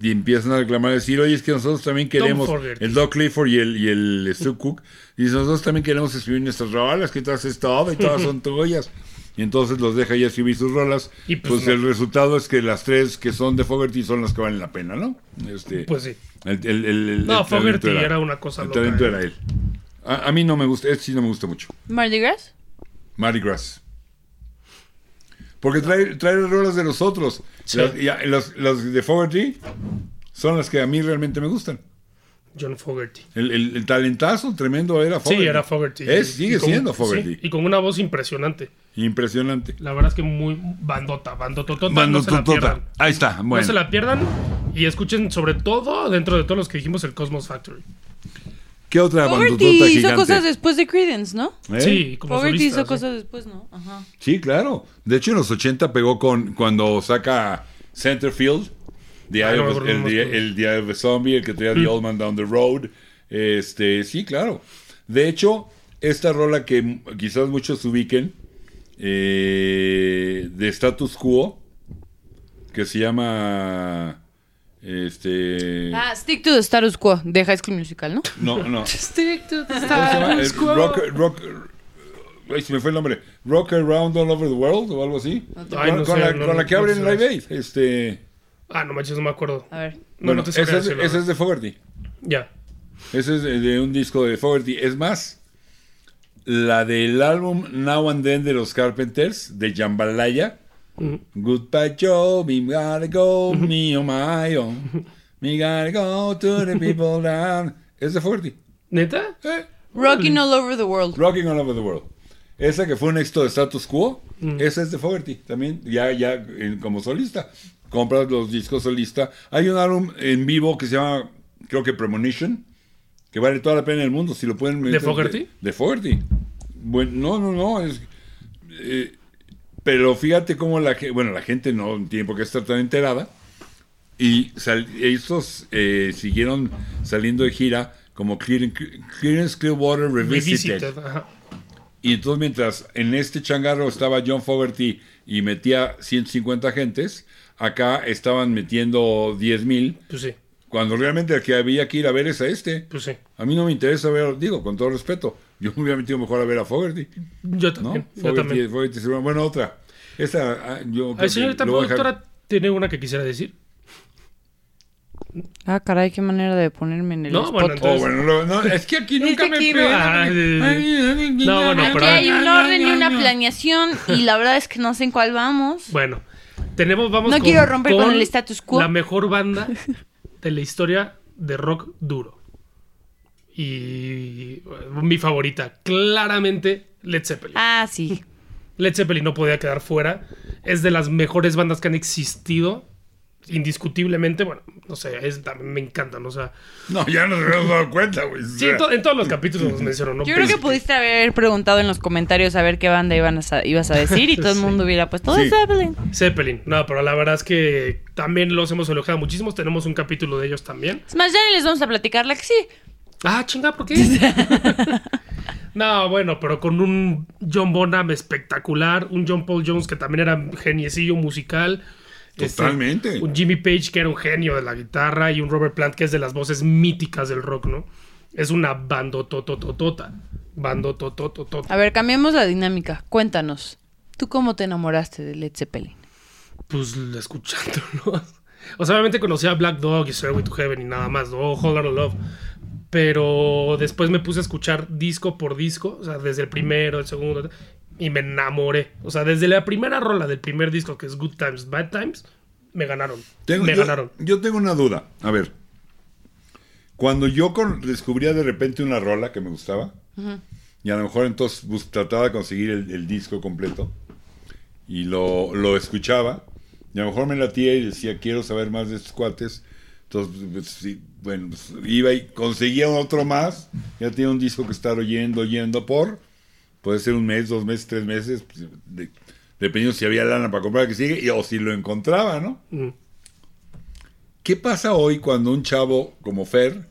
Speaker 1: y empiezan a reclamar, decir, oye, es que nosotros también queremos,
Speaker 3: Fogerty.
Speaker 1: el Doc Clifford y el, y el Stu Cook, y dice, nosotros también queremos escribir nuestras rolas, que todas es todo y todas
Speaker 3: *laughs*
Speaker 1: son tuyas. Y entonces los deja ya escribir sus rolas.
Speaker 3: Y
Speaker 1: Y
Speaker 3: pues
Speaker 1: pues,
Speaker 3: no.
Speaker 1: el resultado es que las tres que son de Fogerty son las que valen la pena, ¿no? Este,
Speaker 3: Pues sí.
Speaker 1: El, el- el- el-
Speaker 3: No,
Speaker 1: el talento
Speaker 3: Fogerty era una cosa
Speaker 1: El
Speaker 3: loca,
Speaker 1: talento
Speaker 3: ¿eh?
Speaker 1: era él. A, a mí no me gusta, este sí no me gusta mucho.
Speaker 2: ¿Mardi Gras?
Speaker 1: Mardi Gras. Porque trae, trae las rolas de los otros.
Speaker 3: Sí.
Speaker 1: Las, y a- las- las de Fogerty son las que a mí realmente me gustan.
Speaker 3: John Fogerty.
Speaker 1: El, el- el talentazo tremendo era Fogerty.
Speaker 3: Sí, era Fogerty.
Speaker 1: Es, sigue
Speaker 3: Y con-
Speaker 1: siendo
Speaker 3: sí,
Speaker 1: Fogerty.
Speaker 3: y con una voz impresionante.
Speaker 1: Impresionante.
Speaker 3: La verdad es que muy bandota, bandototota. no se la
Speaker 1: Bandototota.
Speaker 3: pierdan.
Speaker 1: Ahí está.
Speaker 3: No
Speaker 1: Bueno.
Speaker 3: se la pierdan y escuchen sobre todo dentro de todos los que dijimos el Cosmos Factory.
Speaker 1: ¿Qué otra
Speaker 2: Fogerty
Speaker 1: bandotota
Speaker 2: hizo
Speaker 1: gigante?
Speaker 2: cosas después de Credence, ¿no?
Speaker 1: ¿Eh?
Speaker 3: Sí, como
Speaker 2: Fogerty
Speaker 3: solista,
Speaker 2: hizo
Speaker 3: sí.
Speaker 2: cosas después, ¿no? Ajá.
Speaker 1: Sí, claro. De hecho, en los 80 pegó con cuando saca Centerfield, The
Speaker 3: Ah,
Speaker 1: Eye
Speaker 3: no me
Speaker 1: of-
Speaker 3: acuerdo
Speaker 1: el,
Speaker 3: más
Speaker 1: Día-
Speaker 3: cómo. Mm.
Speaker 1: el Día of a Zombie, el que traía The Old Man Down the Road. Este, sí, claro. De hecho, esta rola que m- quizás muchos ubiquen, eh, de Status Quo, que se llama... Este...
Speaker 2: Ah, Stick to the Status Quo de High School Musical, ¿no?
Speaker 1: No, no.
Speaker 2: *laughs* Stick to the
Speaker 1: ¿Cómo se llama?
Speaker 2: Status
Speaker 1: El
Speaker 2: Quo.
Speaker 1: rock, rock, ay, se me fue el nombre. Rock Around All Over the World o algo así.
Speaker 3: te-
Speaker 1: con,
Speaker 3: Ay, no
Speaker 1: con
Speaker 3: sé,
Speaker 1: la,
Speaker 3: no,
Speaker 1: con la
Speaker 3: no,
Speaker 1: que
Speaker 3: no
Speaker 1: abren
Speaker 3: sé.
Speaker 1: Live Aid. Este,
Speaker 3: Ah, no manches, no me acuerdo.
Speaker 2: A ver.
Speaker 3: No,
Speaker 1: bueno,
Speaker 3: no te
Speaker 1: ese,
Speaker 3: sabría
Speaker 1: es,
Speaker 3: decir la
Speaker 1: ese es
Speaker 3: verdad.
Speaker 1: de Fogerty.
Speaker 3: Ya.
Speaker 1: Ese es de, de un disco de Fogerty. Es más, la del álbum Now and Then de los Carpenters, de Jambalaya.
Speaker 3: Mm.
Speaker 1: Goodbye Joe, me gotta go, me on my own. Me gotta go to the people down. Es de
Speaker 3: *laughs*
Speaker 1: Fogerty.
Speaker 3: ¿Neta?
Speaker 1: Eh.
Speaker 2: Rocking All Over the World.
Speaker 1: Rocking All Over the World. Esa que fue un éxito de status quo, esa es de Fogerty también, ya, ya eh, como solista. Compras los discos solista. Hay un álbum en vivo que se llama, creo que Premonition, que vale toda la pena en el mundo, si lo pueden... meter-
Speaker 3: Fogerty?
Speaker 1: De, de Fogerty. Bueno, no, no, no, es... eh, pero fíjate cómo la gente, bueno, la gente no tiene por qué estar tan enterada. Y sal- estos eh, siguieron saliendo de gira como Clear- Clearance Clearwater Revisited.
Speaker 3: Revisited. Ajá.
Speaker 1: Y entonces mientras en este changarro estaba John Fogerty y metía 150 agentes, acá estaban metiendo 10.000 mil,
Speaker 3: Pues sí,
Speaker 1: cuando realmente el que había que ir a ver es a este.
Speaker 3: pues sí.
Speaker 1: A mí no me interesa ver, digo, con todo respeto, yo me hubiera metido mejor a ver a Fogerty,
Speaker 3: Yo
Speaker 1: ¿no?
Speaker 3: también. yo
Speaker 1: Fogerty,
Speaker 3: también.
Speaker 1: Fogerty seguro- bueno, otra. Esta, ah, yo creo que
Speaker 3: Ay, señorita
Speaker 1: lo voy a dejar-
Speaker 3: productora, ¿tiene una que quisiera decir?
Speaker 2: Ah, caray, qué manera de ponerme en el
Speaker 3: No,
Speaker 2: spot.
Speaker 3: bueno,
Speaker 1: Oh,
Speaker 3: entonces.
Speaker 1: bueno, no, no, es que aquí
Speaker 2: Es
Speaker 1: nunca
Speaker 2: que
Speaker 1: me
Speaker 2: aquí no-
Speaker 1: pegan.
Speaker 3: Ay, No, bueno,
Speaker 2: Aquí
Speaker 3: pero-
Speaker 2: hay un orden y una planeación y la verdad es que no sé en cuál vamos.
Speaker 3: Bueno, tenemos, vamos
Speaker 2: No quiero romper con el status quo.
Speaker 3: La mejor
Speaker 2: *laughs*
Speaker 3: banda de la historia de rock duro. Y eh, mi favorita, claramente, Led Zeppelin.
Speaker 2: Ah, sí.
Speaker 3: Led Zeppelin no podía quedar fuera. Es de las mejores bandas que han existido. Indiscutiblemente, bueno, no sé, es, también me encantan, o sea.
Speaker 1: No, ya nos habíamos dado cuenta, güey.
Speaker 3: Sí, en, to- en todos los capítulos los menciono, ¿no? pues
Speaker 2: Yo creo que
Speaker 3: Pero-
Speaker 2: pudiste haber preguntado en los comentarios a ver qué banda iban a sa- ibas a decir y todo el
Speaker 3: *laughs* Sí.
Speaker 2: mundo hubiera puesto
Speaker 1: Sí.
Speaker 2: "Led Zeppelin.
Speaker 3: Zeppelin, no, pero la verdad es que también los hemos elogiado muchísimo. Tenemos un capítulo de ellos también.
Speaker 2: Es más, ya ni les vamos a platicar la que sí.
Speaker 3: Ah, chinga, ¿por qué? no, bueno, pero con un John Bonham espectacular, un John Paul Jones que también era geniecillo musical. este,
Speaker 1: Totalmente.
Speaker 3: un Jimmy Page que era un genio de la guitarra y un Robert Plant que es de las voces míticas del rock, ¿no? Es una bandotototota. Bandotototota.
Speaker 2: A ver, cambiemos la dinámica. Cuéntanos, ¿tú cómo te enamoraste de Led Zeppelin?
Speaker 3: Pues escuchándolos. *laughs* O sea, obviamente conocía a Black Dog y Stairway to Heaven y nada más, ¿no? Whole Lotta Love. Pero después me puse a escuchar disco por disco, o sea, desde el primero, el segundo, y me enamoré. O sea, desde la primera rola del primer disco, que es Good Times, Bad Times, me ganaron.
Speaker 1: Tengo-
Speaker 3: me
Speaker 1: yo,
Speaker 3: ganaron.
Speaker 1: yo tengo una duda. A ver. Cuando yo con- descubría de repente una rola que me gustaba, y a lo mejor entonces bus- trataba de conseguir el, el disco completo, y lo, lo escuchaba, y a lo mejor me latía y decía, quiero saber más de estos cuates. Entonces, pues, sí, bueno, pues, iba y conseguía otro más, ya tenía un disco que estar oyendo, oyendo por, puede ser un mes, dos meses, tres meses, pues, de- dependiendo si había lana para comprar el que sigue, y- o si lo encontraba, ¿no?
Speaker 3: Mm.
Speaker 1: ¿Qué pasa hoy cuando un chavo como Fer,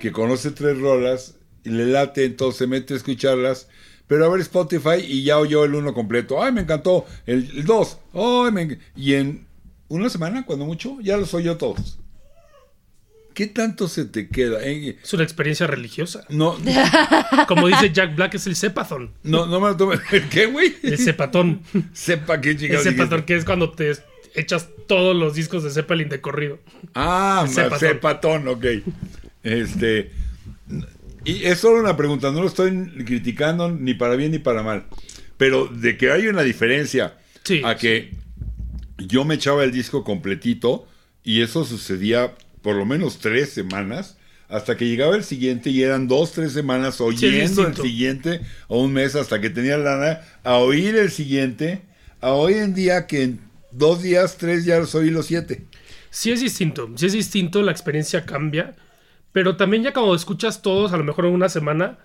Speaker 1: que conoce tres rolas, y le late, entonces se mete a escucharlas, pero a ver Spotify y ya oyó el uno completo? ¡Ay, me encantó! El, el dos, ¡ay, me enc-! Y en una semana, cuando mucho, ya los oyó todos. ¿Qué tanto se te queda? Eh,
Speaker 3: Es una experiencia religiosa.
Speaker 1: No,
Speaker 3: Como dice Jack Black, es el cepathon.
Speaker 1: no, no me lo tomes. *laughs* ¿Qué, güey?
Speaker 3: El cepatón.
Speaker 1: Sepa qué
Speaker 3: el
Speaker 1: chingados.
Speaker 3: cepatón,
Speaker 1: dijiste.
Speaker 3: que es cuando te echas todos los discos de Zeppelin de corrido.
Speaker 1: Ah, ma-
Speaker 3: Sepatón.
Speaker 1: sepatón, ok. Este. Y es solo una pregunta, no lo estoy criticando ni para bien ni para mal. Pero de que hay una diferencia
Speaker 3: Sí,
Speaker 1: a que yo me echaba el disco completito y eso sucedía por lo menos tres semanas hasta que llegaba el siguiente y eran dos, tres semanas oyendo el
Speaker 3: distinto.
Speaker 1: siguiente o un mes hasta que tenía lana a oír el siguiente a hoy en día que en dos días, tres ya los oí los siete.
Speaker 3: Sí es distinto, sí es distinto, la experiencia cambia, pero también ya cuando escuchas todos, a lo mejor en una semana,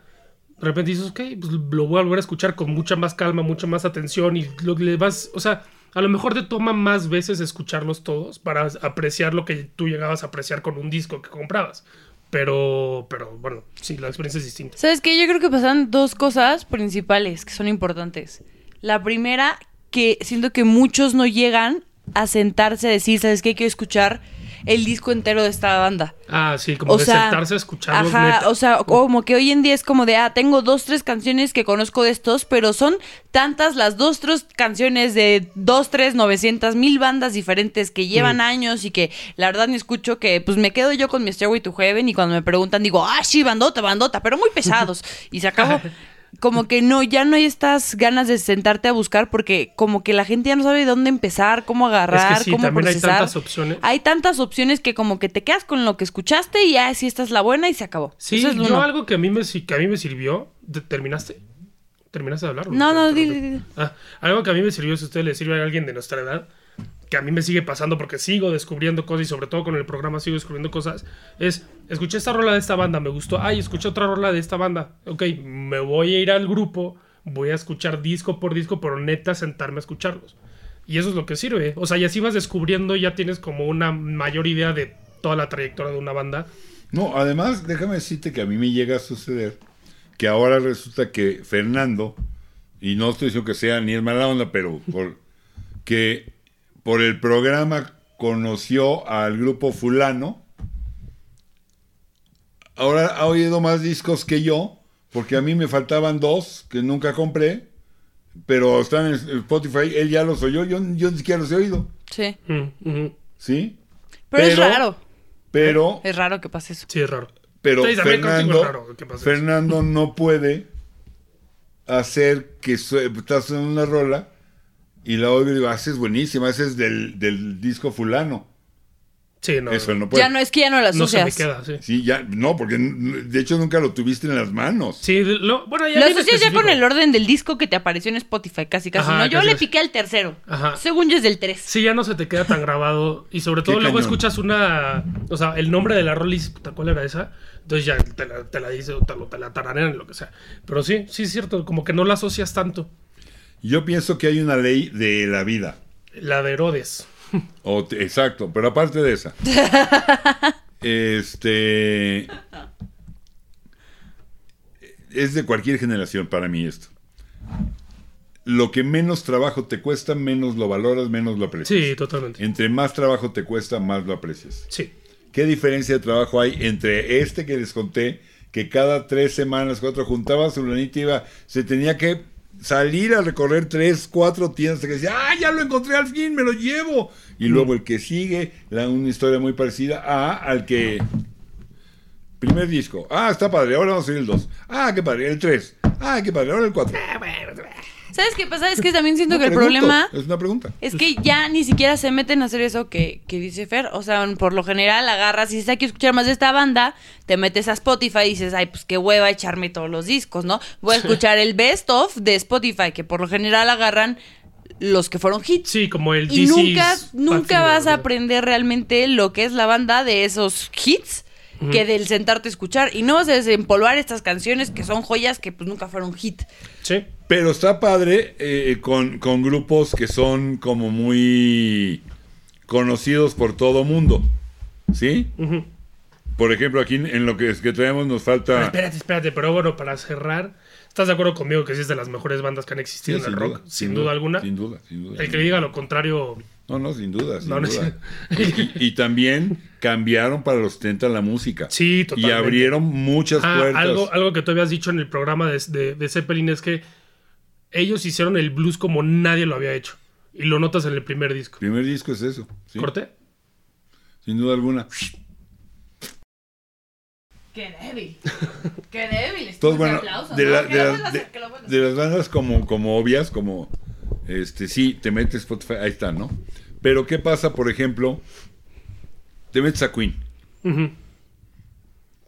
Speaker 3: de repente dices, ok, pues lo voy a volver a escuchar con mucha más calma, mucha más atención y lo que le vas, o sea, a lo mejor te toma más veces escucharlos todos para apreciar lo que tú llegabas a apreciar con un disco que comprabas. Pero, pero bueno, sí, la experiencia es distinta.
Speaker 2: ¿Sabes qué? Yo creo que pasan dos cosas principales que son importantes. La primera, que siento que muchos no llegan a sentarse a decir, ¿sabes qué? Quiero escuchar el disco entero de esta banda.
Speaker 3: Ah, sí, como de sentarse a escucharlos.
Speaker 2: ajá,
Speaker 3: neta.
Speaker 2: o sea, como que hoy en día es como de, ah, tengo dos, tres canciones que conozco de estos, pero son tantas las dos, tres canciones de dos, tres, novecientas mil bandas diferentes que
Speaker 3: Mm.
Speaker 2: llevan años y que la verdad ni escucho que, pues me quedo yo con mi Stairway to Heaven y cuando me preguntan digo, ah, sí, bandota, bandota, pero muy pesados. y se
Speaker 3: *laughs*
Speaker 2: acabó. Como que no, ya no hay estas ganas de sentarte a buscar porque como que la gente ya no sabe dónde empezar, cómo agarrar,
Speaker 3: sí,
Speaker 2: cómo
Speaker 3: también hay
Speaker 2: procesar.
Speaker 3: tantas opciones.
Speaker 2: Hay tantas opciones que como que te quedas con lo que escuchaste y ya si esta es la buena y se acabó.
Speaker 3: sí,
Speaker 2: Eso es lo
Speaker 3: yo
Speaker 2: uno.
Speaker 3: algo que a mí me, si- que a mí me sirvió, ¿te- ¿terminaste? ¿Terminaste de hablar? o
Speaker 2: No,
Speaker 3: te
Speaker 2: no,
Speaker 3: interrumpí?
Speaker 2: dile, dile.
Speaker 3: Ah, algo que a mí me sirvió, si a ustedes les sirve a alguien de nuestra edad, que a mí me sigue pasando porque sigo descubriendo cosas y sobre todo con el programa sigo descubriendo cosas, es, escuché esta rola de esta banda, me gustó, ay, escuché otra rola de esta banda, ok, me voy a ir al grupo, voy a escuchar disco por disco, pero neta sentarme a escucharlos. Y eso es lo que sirve, o sea, y así vas descubriendo, ya tienes como una mayor idea de toda la trayectoria de una banda.
Speaker 1: No, además, déjame decirte que a mí me llega a suceder que ahora resulta que Fernando, y no estoy diciendo que sea ni es mala onda, pero por, que por el programa conoció al grupo fulano, ahora ha oído más discos que yo, porque a mí me faltaban dos que nunca compré, pero están en Spotify, él ya los oyó, yo, yo ni siquiera los he oído,
Speaker 2: Sí.
Speaker 3: Mm, ujú.
Speaker 1: ¿sí?
Speaker 2: Pero, es
Speaker 1: Pero-
Speaker 2: raro.
Speaker 1: Pero...
Speaker 2: Es raro que pase eso.
Speaker 3: Sí, es raro.
Speaker 1: Pero
Speaker 3: Sí, también contigo
Speaker 1: Fernando,
Speaker 3: es raro que pase eso.
Speaker 1: Fernando no puede hacer que su- estás en una rola y la oigo y digo, haces buenísima, haces del, del disco fulano.
Speaker 3: Sí, no,
Speaker 1: Eso él no puede.
Speaker 2: Ya no es que ya no la
Speaker 3: no se me
Speaker 2: asocias.
Speaker 3: queda, sí.
Speaker 1: Sí, ya, no, porque n- de hecho nunca lo tuviste en las manos.
Speaker 3: Sí, lo- bueno, ya
Speaker 2: Lo
Speaker 3: bien
Speaker 2: asocias ya con
Speaker 3: específico.
Speaker 2: el orden del disco que te apareció en Spotify, casi casi.
Speaker 3: Ajá,
Speaker 2: no, yo
Speaker 3: casi,
Speaker 2: le
Speaker 3: casi.
Speaker 2: piqué al tercero.
Speaker 3: Ajá.
Speaker 2: Según yo es del tres.
Speaker 3: Sí, ya no se te queda tan grabado. Y sobre todo
Speaker 1: Qué
Speaker 3: luego
Speaker 1: cañón.
Speaker 3: escuchas una. O sea, el nombre de la rola y dices, "Puta, ¿cuál era esa? Entonces ya te la, te la dice o te, lo- te la tararean, lo que sea. Pero sí, sí es cierto, como que no la asocias tanto.
Speaker 1: Yo pienso que hay una ley de la vida.
Speaker 3: La de Herodes.
Speaker 1: O te- exacto, pero aparte de esa. este. Es de cualquier generación para mí esto. Lo que menos trabajo te cuesta, menos lo valoras, menos lo aprecias.
Speaker 3: Sí, totalmente.
Speaker 1: Entre más trabajo te cuesta, más lo aprecias.
Speaker 3: Sí.
Speaker 1: ¿Qué diferencia de trabajo hay entre este que les conté, que cada tres semanas, cuatro, juntaba su lanita y iba, se tenía que salir a recorrer tres, cuatro tiendas hasta que decía, ah, ya lo encontré al fin, me lo llevo. Y
Speaker 2: Mm.
Speaker 1: luego el que sigue, la- una historia muy parecida a, al que... Primer disco, ah, está padre, ahora vamos a ir el 2. Ah, qué padre, el 3. Ah, qué padre, ahora el 4.
Speaker 2: ¿Sabes qué pasa? Es que también siento que el problema
Speaker 1: Es una pregunta.
Speaker 3: Pues
Speaker 2: Es que ya ni siquiera se meten a hacer eso que, que dice Fer. O sea, por lo general agarras y dices, hay que escuchar más de esta banda, te metes a Spotify y dices, ay, pues qué hueva echarme todos los discos, ¿no? Voy a escuchar el best of de Spotify, que por lo general agarran los que fueron hits.
Speaker 3: Sí, como el
Speaker 2: y
Speaker 3: This
Speaker 2: nunca,
Speaker 3: is
Speaker 2: nunca
Speaker 3: Backfield,
Speaker 2: vas a
Speaker 3: ¿verdad?
Speaker 2: aprender realmente lo que es la banda de esos hits que del sentarte a escuchar. Y no vas a desempolvar estas canciones que son joyas que pues nunca fueron hit.
Speaker 3: Sí.
Speaker 1: Pero está padre eh, con, con grupos que son como muy conocidos por todo mundo. ¿Sí?
Speaker 3: Ujú.
Speaker 1: Por ejemplo, aquí en en lo que, es que traemos nos falta...
Speaker 3: Espérate, espérate, pero bueno, para cerrar, ¿Estás de acuerdo conmigo que sí es de las mejores bandas que han existido en el rock? sin, duda, alguna.
Speaker 1: Sin duda, sin duda.
Speaker 3: el que diga lo contrario.
Speaker 1: No, no, sin duda, sin
Speaker 3: No, no
Speaker 1: duda. Y, y también cambiaron para los 70 la música.
Speaker 3: Sí,
Speaker 1: Y
Speaker 3: totalmente.
Speaker 1: abrieron muchas
Speaker 3: Ah,
Speaker 1: puertas.
Speaker 3: algo, algo que tú habías dicho en el programa de, de- de Zeppelin es que ellos hicieron el blues como nadie lo había hecho. Y lo notas en el primer disco.
Speaker 1: Primer disco es eso. sí,
Speaker 3: ¿Corte?
Speaker 1: Sin duda alguna.
Speaker 2: Qué débil. Qué débil. Esto
Speaker 1: Todos,
Speaker 2: es
Speaker 1: bueno,
Speaker 2: Pues aplausos,
Speaker 1: de,
Speaker 2: ¿no?
Speaker 1: la-
Speaker 2: Que
Speaker 1: de
Speaker 2: lo
Speaker 1: la-
Speaker 2: vuelvas a
Speaker 1: de-
Speaker 2: hacer, que lo vuelvas a
Speaker 1: de las bandas como, como obvias, como, este, sí, te metes Spotify, ahí está, ¿no? Pero ¿qué pasa, por ejemplo? Te metes a Queen.
Speaker 3: Ujú.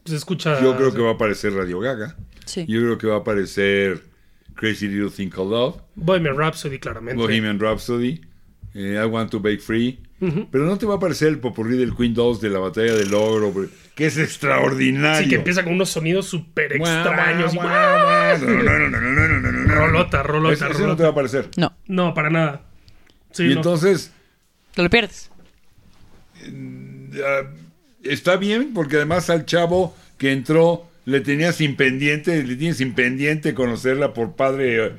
Speaker 3: Se escucha.
Speaker 1: Yo creo que va a aparecer Radio Gaga.
Speaker 2: Sí.
Speaker 1: Yo creo que va a aparecer Crazy Little Thing Called Love,
Speaker 3: Bohemian Rhapsody, claramente.
Speaker 1: Bohemian Rhapsody, eh, I Want to Bake Free. Pero no te va a aparecer el popurrí del Queen 2 de la batalla del ogro, que es extraordinario.
Speaker 3: Sí, que empieza con unos sonidos súper
Speaker 1: Guau,
Speaker 3: extraños. y
Speaker 1: guau, guau.
Speaker 3: guau.
Speaker 1: No, no, no, no, no, no, no, no, no.
Speaker 3: Rolota, rolota,
Speaker 1: Eso- Eso no
Speaker 3: rolota.
Speaker 1: te va a aparecer.
Speaker 2: No,
Speaker 3: No, para nada. Sí,
Speaker 1: y
Speaker 3: no.
Speaker 1: entonces
Speaker 2: te lo pierdes.
Speaker 1: está bien porque además al chavo que entró le tenía sin pendiente, le tiene sin pendiente conocerla por padre, eh,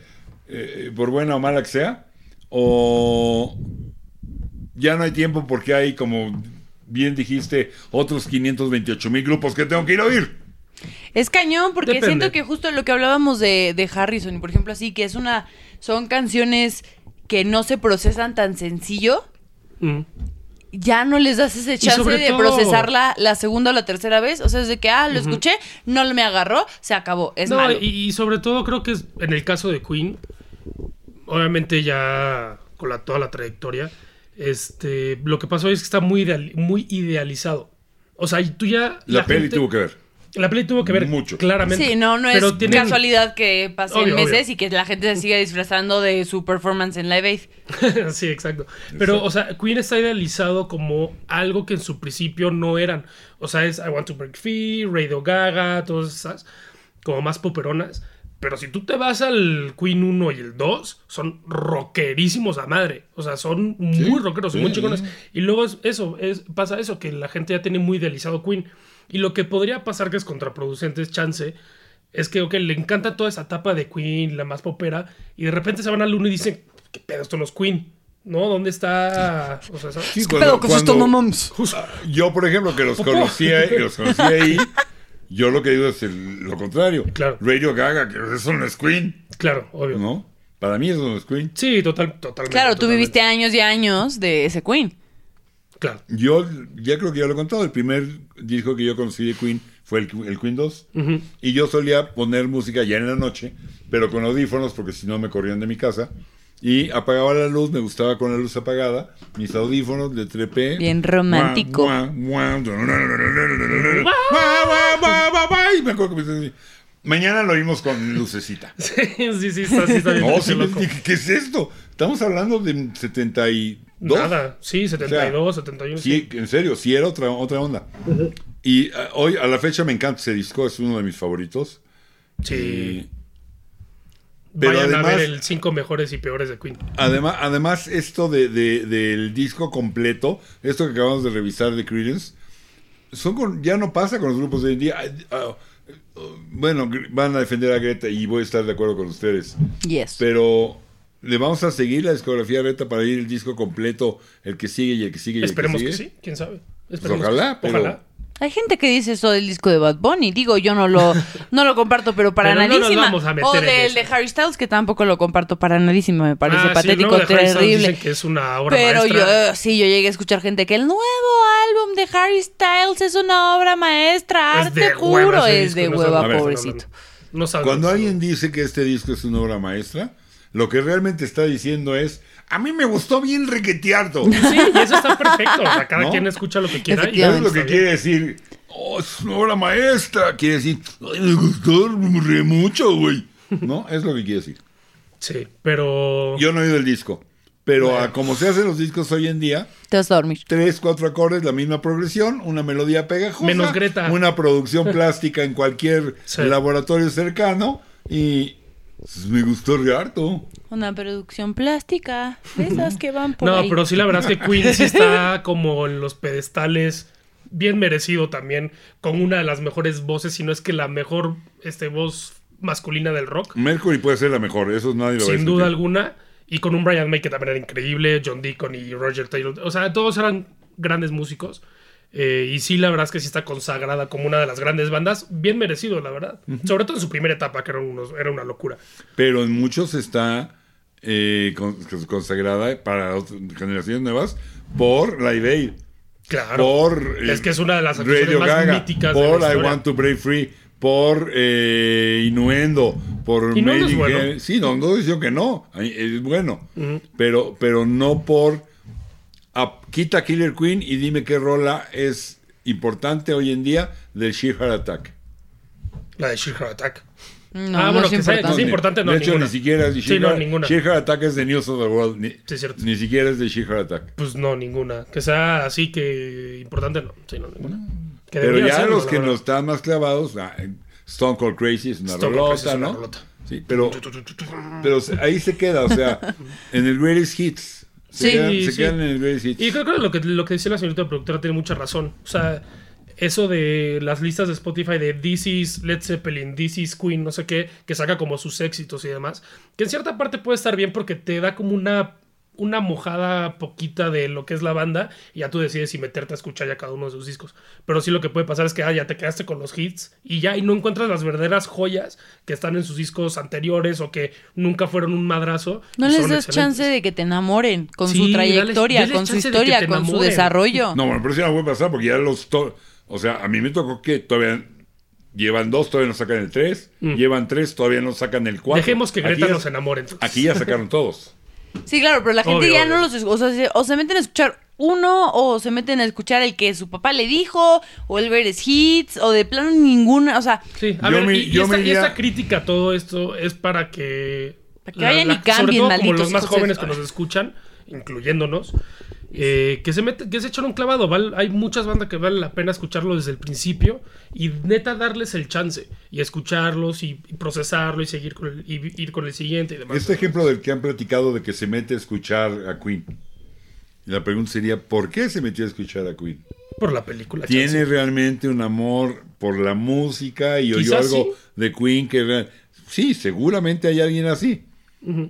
Speaker 1: eh, por buena o mala que sea, o ya no hay tiempo porque hay como bien dijiste otros 528 mil grupos que tengo que ir a oír.
Speaker 2: Es cañón porque
Speaker 3: Depende.
Speaker 2: siento que justo lo que hablábamos de, de Harrison, por ejemplo, así, que es una. Son canciones que no se procesan tan sencillo.
Speaker 3: Mm.
Speaker 2: Ya no les das ese chance
Speaker 3: sobre
Speaker 2: de
Speaker 3: todo-
Speaker 2: procesarla la segunda o la tercera vez. O sea, es de que, ah, lo escuché, no me agarró, se acabó. Es
Speaker 3: No,
Speaker 2: malo.
Speaker 3: y, y sobre todo creo que es en el caso de Queen, obviamente ya con la- toda la trayectoria, este, lo que pasó es que está muy, ideal- muy idealizado. O sea, y tú ya...
Speaker 1: La, peli
Speaker 3: gente-
Speaker 1: tuvo que ver.
Speaker 3: La peli tuvo que ver
Speaker 1: Mucho.
Speaker 3: Claramente.
Speaker 2: Sí, no, no es
Speaker 3: Pero tienen-
Speaker 2: casualidad que pasen
Speaker 3: Obvio,
Speaker 2: meses
Speaker 3: obvio.
Speaker 2: y que la gente se siga disfrazando de su performance en Live Aid.
Speaker 3: *laughs* sí, exacto. Pero, o sea, Queen está idealizado como algo que en su principio no eran. O sea, es I Want to Break Free, Radio Gaga, todas esas, como más poperonas. Pero si tú te vas al Queen 1 y el 2, son rockerísimos a madre. O sea, son muy rockeros,
Speaker 1: sí,
Speaker 3: muy
Speaker 1: sí.
Speaker 3: chingones. Y luego es eso, es, pasa eso, que la gente ya tiene muy idealizado Queen. Y lo que podría pasar que es contraproducente, es chance, es que, ok, le encanta toda esa etapa de Queen, la más popera, y de repente se van al uno y dicen, ¿qué pedo esto no es Queen? ¿No? ¿Dónde está? O sea, ¿sabes?
Speaker 1: Sí, cuando- cuando-
Speaker 3: Justo.
Speaker 1: Yo, por ejemplo, que los conocía, los conocí
Speaker 3: *laughs*
Speaker 1: ahí, yo lo que digo es el- lo contrario.
Speaker 3: Claro.
Speaker 1: Radio Gaga, que eso no es Queen,
Speaker 3: Claro, obvio.
Speaker 1: ¿no? Para mí eso no es Queen.
Speaker 3: Sí, total, totalmente.
Speaker 2: Claro, tú
Speaker 3: totalmente.
Speaker 2: viviste años y años de ese Queen.
Speaker 3: Claro. *laughs*
Speaker 1: Yo ya creo que ya lo he contado. El primer disco que yo conocí de Queen fue el, el Queen 2. Y yo solía poner música ya en la noche, pero con audífonos, porque si no me corrían de mi casa. Y apagaba la luz, me gustaba con la luz apagada. Mis audífonos, le trepé.
Speaker 2: Bien romántico.
Speaker 1: Guau, guau, guau, guau, guau, guau, Y me acuerdo que me decía, Mañana lo oímos con
Speaker 3: *laughs*
Speaker 1: lucecita.
Speaker 3: Sí, sí, sí, está, sí, está bien.
Speaker 1: No,
Speaker 3: pinche
Speaker 1: sí,
Speaker 3: loco.
Speaker 1: ¿qué, ¿Qué es esto? Estamos hablando de 72.
Speaker 3: Nada. Sí, 72, 71. Sí.
Speaker 1: Sí, en serio, sí era otra, otra onda. Y ah, hoy, a la fecha, me encanta ese disco, es uno de mis favoritos.
Speaker 3: Sí.
Speaker 1: Y eh, pero
Speaker 3: Vayan a
Speaker 1: además-
Speaker 3: ver el 5 mejores y peores de Queen.
Speaker 1: además, además esto de, de- del disco completo, esto que acabamos de revisar de Creedence, son con- ya no pasa con los grupos de hoy en día. Ah, ah, Bueno, Gre- van a defender a Greta y voy a estar de acuerdo con ustedes.
Speaker 2: Yes.
Speaker 1: Pero le vamos a seguir la discografía a Greta para ir el disco completo, el que sigue y el que sigue y el
Speaker 3: Esperemos
Speaker 1: que
Speaker 3: que
Speaker 1: sigue.
Speaker 3: sí, quién sabe.
Speaker 1: Pues
Speaker 3: Esperemos
Speaker 1: ojalá,
Speaker 3: que sí.
Speaker 1: pero
Speaker 3: Ojalá.
Speaker 2: Hay gente que dice eso del disco de Bad Bunny. Digo, yo no
Speaker 3: *laughs*
Speaker 2: lo, no lo comparto, pero para
Speaker 3: Pero no nos
Speaker 2: nadísima.
Speaker 3: vamos a meter
Speaker 2: o
Speaker 3: en
Speaker 2: del de
Speaker 3: eso.
Speaker 2: Harry Styles, que tampoco lo comparto para nadísima. Me parece
Speaker 3: Ah, sí,
Speaker 2: patético,
Speaker 3: luego de Harry Styles
Speaker 2: terrible.
Speaker 3: Dicen que es una obra
Speaker 2: Pero
Speaker 3: maestra.
Speaker 2: yo, eh, sí, yo llegué a escuchar gente que el nuevo álbum de Harry Styles es una obra maestra,
Speaker 3: Es de
Speaker 2: arte
Speaker 3: hueva
Speaker 2: puro.
Speaker 3: ese
Speaker 2: ah, Es de
Speaker 3: disco, no
Speaker 2: hueva,
Speaker 3: sabes,
Speaker 2: pobrecito.
Speaker 3: No, sabes.
Speaker 1: Cuando alguien dice que este disco es una obra maestra, lo que realmente está diciendo es, a mí me gustó bien
Speaker 3: *laughs*
Speaker 1: requeteardo.
Speaker 3: Sí, y eso está perfecto. O sea, cada
Speaker 1: ¿No?
Speaker 3: quien escucha lo que quiera. Y
Speaker 1: Eso es lo
Speaker 3: está
Speaker 1: que
Speaker 3: bien.
Speaker 1: quiere decir, "Oh, es una obra maestra. Quiere decir, "Ay, me gustó re mucho, güey. ¿No? Es lo que quiere decir.
Speaker 3: Sí, pero.
Speaker 1: Yo no he oído el disco, pero a como se hacen los discos hoy en día,
Speaker 2: Te vas a dormir.
Speaker 1: tres, cuatro acordes, la misma progresión, una melodía pegajosa,
Speaker 3: Menos Greta.
Speaker 1: una
Speaker 3: *laughs*
Speaker 1: producción plástica en cualquier
Speaker 3: Sí.
Speaker 1: laboratorio cercano y pues, me gustó re harto.
Speaker 2: Una producción plástica. De esas que van por
Speaker 3: No,
Speaker 2: ahí.
Speaker 3: pero sí, la verdad es que Queen
Speaker 2: *laughs*
Speaker 3: sí está como en los pedestales. Bien merecido también. Con una de las mejores voces, si no es que la mejor este, voz masculina del rock.
Speaker 1: Mercury puede ser la mejor, eso nadie lo va a
Speaker 3: sin duda
Speaker 1: discutir.
Speaker 3: alguna. Y con un Brian May que también era increíble, John Deacon y Roger Taylor. O sea, todos eran grandes músicos. Eh, y sí, la verdad es que sí está consagrada como una de las grandes bandas. Bien merecido, la verdad. Sobre todo en su primera etapa, que era, unos- era una locura.
Speaker 1: Pero en muchos está eh, con- consagrada para otras generaciones nuevas por Live Aid.
Speaker 3: Claro.
Speaker 1: por eh,
Speaker 3: es que es una de las canciones más míticas de
Speaker 1: por
Speaker 3: la
Speaker 1: I
Speaker 3: historia.
Speaker 1: Want to Break Free, por eh, Innuendo, por
Speaker 3: Innuendo es
Speaker 1: Made in
Speaker 3: bueno.
Speaker 1: Heaven. Sí, no, no digo que no, ay, es bueno, pero, pero no por a- quita Killer Queen y dime qué rola es importante hoy en día del She Heart Attack.
Speaker 3: La de She-Heart Attack.
Speaker 2: No,
Speaker 3: Ah,
Speaker 2: no
Speaker 3: bueno,
Speaker 2: es
Speaker 3: que sea-
Speaker 2: importante.
Speaker 3: sí, importante, no,
Speaker 1: De hecho,
Speaker 3: ninguna.
Speaker 1: ni siquiera es de
Speaker 3: Sí, no,
Speaker 1: Heart-
Speaker 3: ninguna.
Speaker 1: She Heart Attack es de News of the World. Ni,
Speaker 3: Sí, es cierto.
Speaker 1: ni siquiera es de She Heart Attack.
Speaker 3: Pues no, ninguna. Que sea así que importante, no. Sí, no, ninguna. Que
Speaker 1: Pero
Speaker 3: debería
Speaker 1: ya
Speaker 3: serlo,
Speaker 1: los
Speaker 3: la
Speaker 1: que
Speaker 3: verdad.
Speaker 1: nos están más clavados, ah, Stone Cold Crazy es una
Speaker 3: Stone Cold
Speaker 1: rolota,
Speaker 3: Crazy es una
Speaker 1: ¿no?
Speaker 3: rolota.
Speaker 1: Sí, pero, pero se- ahí se queda, o
Speaker 3: *laughs*
Speaker 1: sea, en el Greatest Hits. Se
Speaker 2: Sí,
Speaker 1: quedan, se
Speaker 3: sí.
Speaker 1: quedan en el Greatest Hits.
Speaker 3: Y creo que lo que, lo que dice la señorita productora tiene mucha razón. O sea, eso de las listas de Spotify de This is Led Zeppelin, This is Queen, no sé qué, que saca como sus éxitos y demás, que en cierta parte puede estar bien porque te da como una una mojada poquita de lo que es la banda y ya tú decides si meterte a escuchar ya cada uno de sus discos. Pero sí lo que puede pasar es que ah, ya te quedaste con los hits y ya y no encuentras las verdaderas joyas que están en sus discos anteriores o que nunca fueron un madrazo.
Speaker 2: No
Speaker 3: y
Speaker 2: les
Speaker 3: son
Speaker 2: das chance
Speaker 3: excelentes.
Speaker 2: de que te enamoren con
Speaker 3: Sí,
Speaker 2: su trayectoria,
Speaker 3: dales- dales
Speaker 2: con su
Speaker 3: chance de que te
Speaker 2: historia, con su
Speaker 3: enamoren.
Speaker 2: desarrollo.
Speaker 1: No, bueno, pero eso ya no puede pasar porque ya los. to- O sea, a mí me tocó que todavía llevan dos, todavía no sacan el tres. Llevan tres, todavía no sacan el cuatro.
Speaker 3: Mm. Dejemos que Greta
Speaker 1: aquí ya-
Speaker 3: nos enamore. entonces.
Speaker 1: Aquí ya sacaron todos.
Speaker 2: Sí, claro, pero la gente
Speaker 3: Obvio,
Speaker 2: ya
Speaker 3: obvio.
Speaker 2: no los escucha. O, sea, se- o se meten a escuchar uno, o se meten a escuchar el que su papá le dijo, o el Greatest Hits, o de plano ninguna. O sea,
Speaker 3: Sí, a
Speaker 1: Yo
Speaker 3: ver,
Speaker 1: me-
Speaker 3: y, y
Speaker 1: yo
Speaker 3: esta,
Speaker 1: me
Speaker 3: y
Speaker 1: iría-
Speaker 3: esta crítica a todo esto es para que.
Speaker 2: Para que vayan y
Speaker 3: Sobre
Speaker 2: cambien,
Speaker 3: todo como
Speaker 2: malditos
Speaker 3: los más
Speaker 2: hijos de-
Speaker 3: jóvenes que nos escuchan, incluyéndonos, eh, que se mete, que se echan un clavado. Val- hay muchas bandas que vale la pena escucharlo desde el principio y neta darles el chance y escucharlos y, y procesarlo y seguir con el, y vi- ir con el siguiente y demás.
Speaker 1: Este ejemplo del que han platicado de que se mete a escuchar a Queen. Y la pregunta sería: ¿por qué se metió a escuchar a Queen?
Speaker 3: por la película.
Speaker 1: tiene
Speaker 3: chance.
Speaker 1: realmente un amor por la música y oyó
Speaker 3: Quizás
Speaker 1: algo
Speaker 3: sí.
Speaker 1: de Queen que real- sí, seguramente hay alguien así.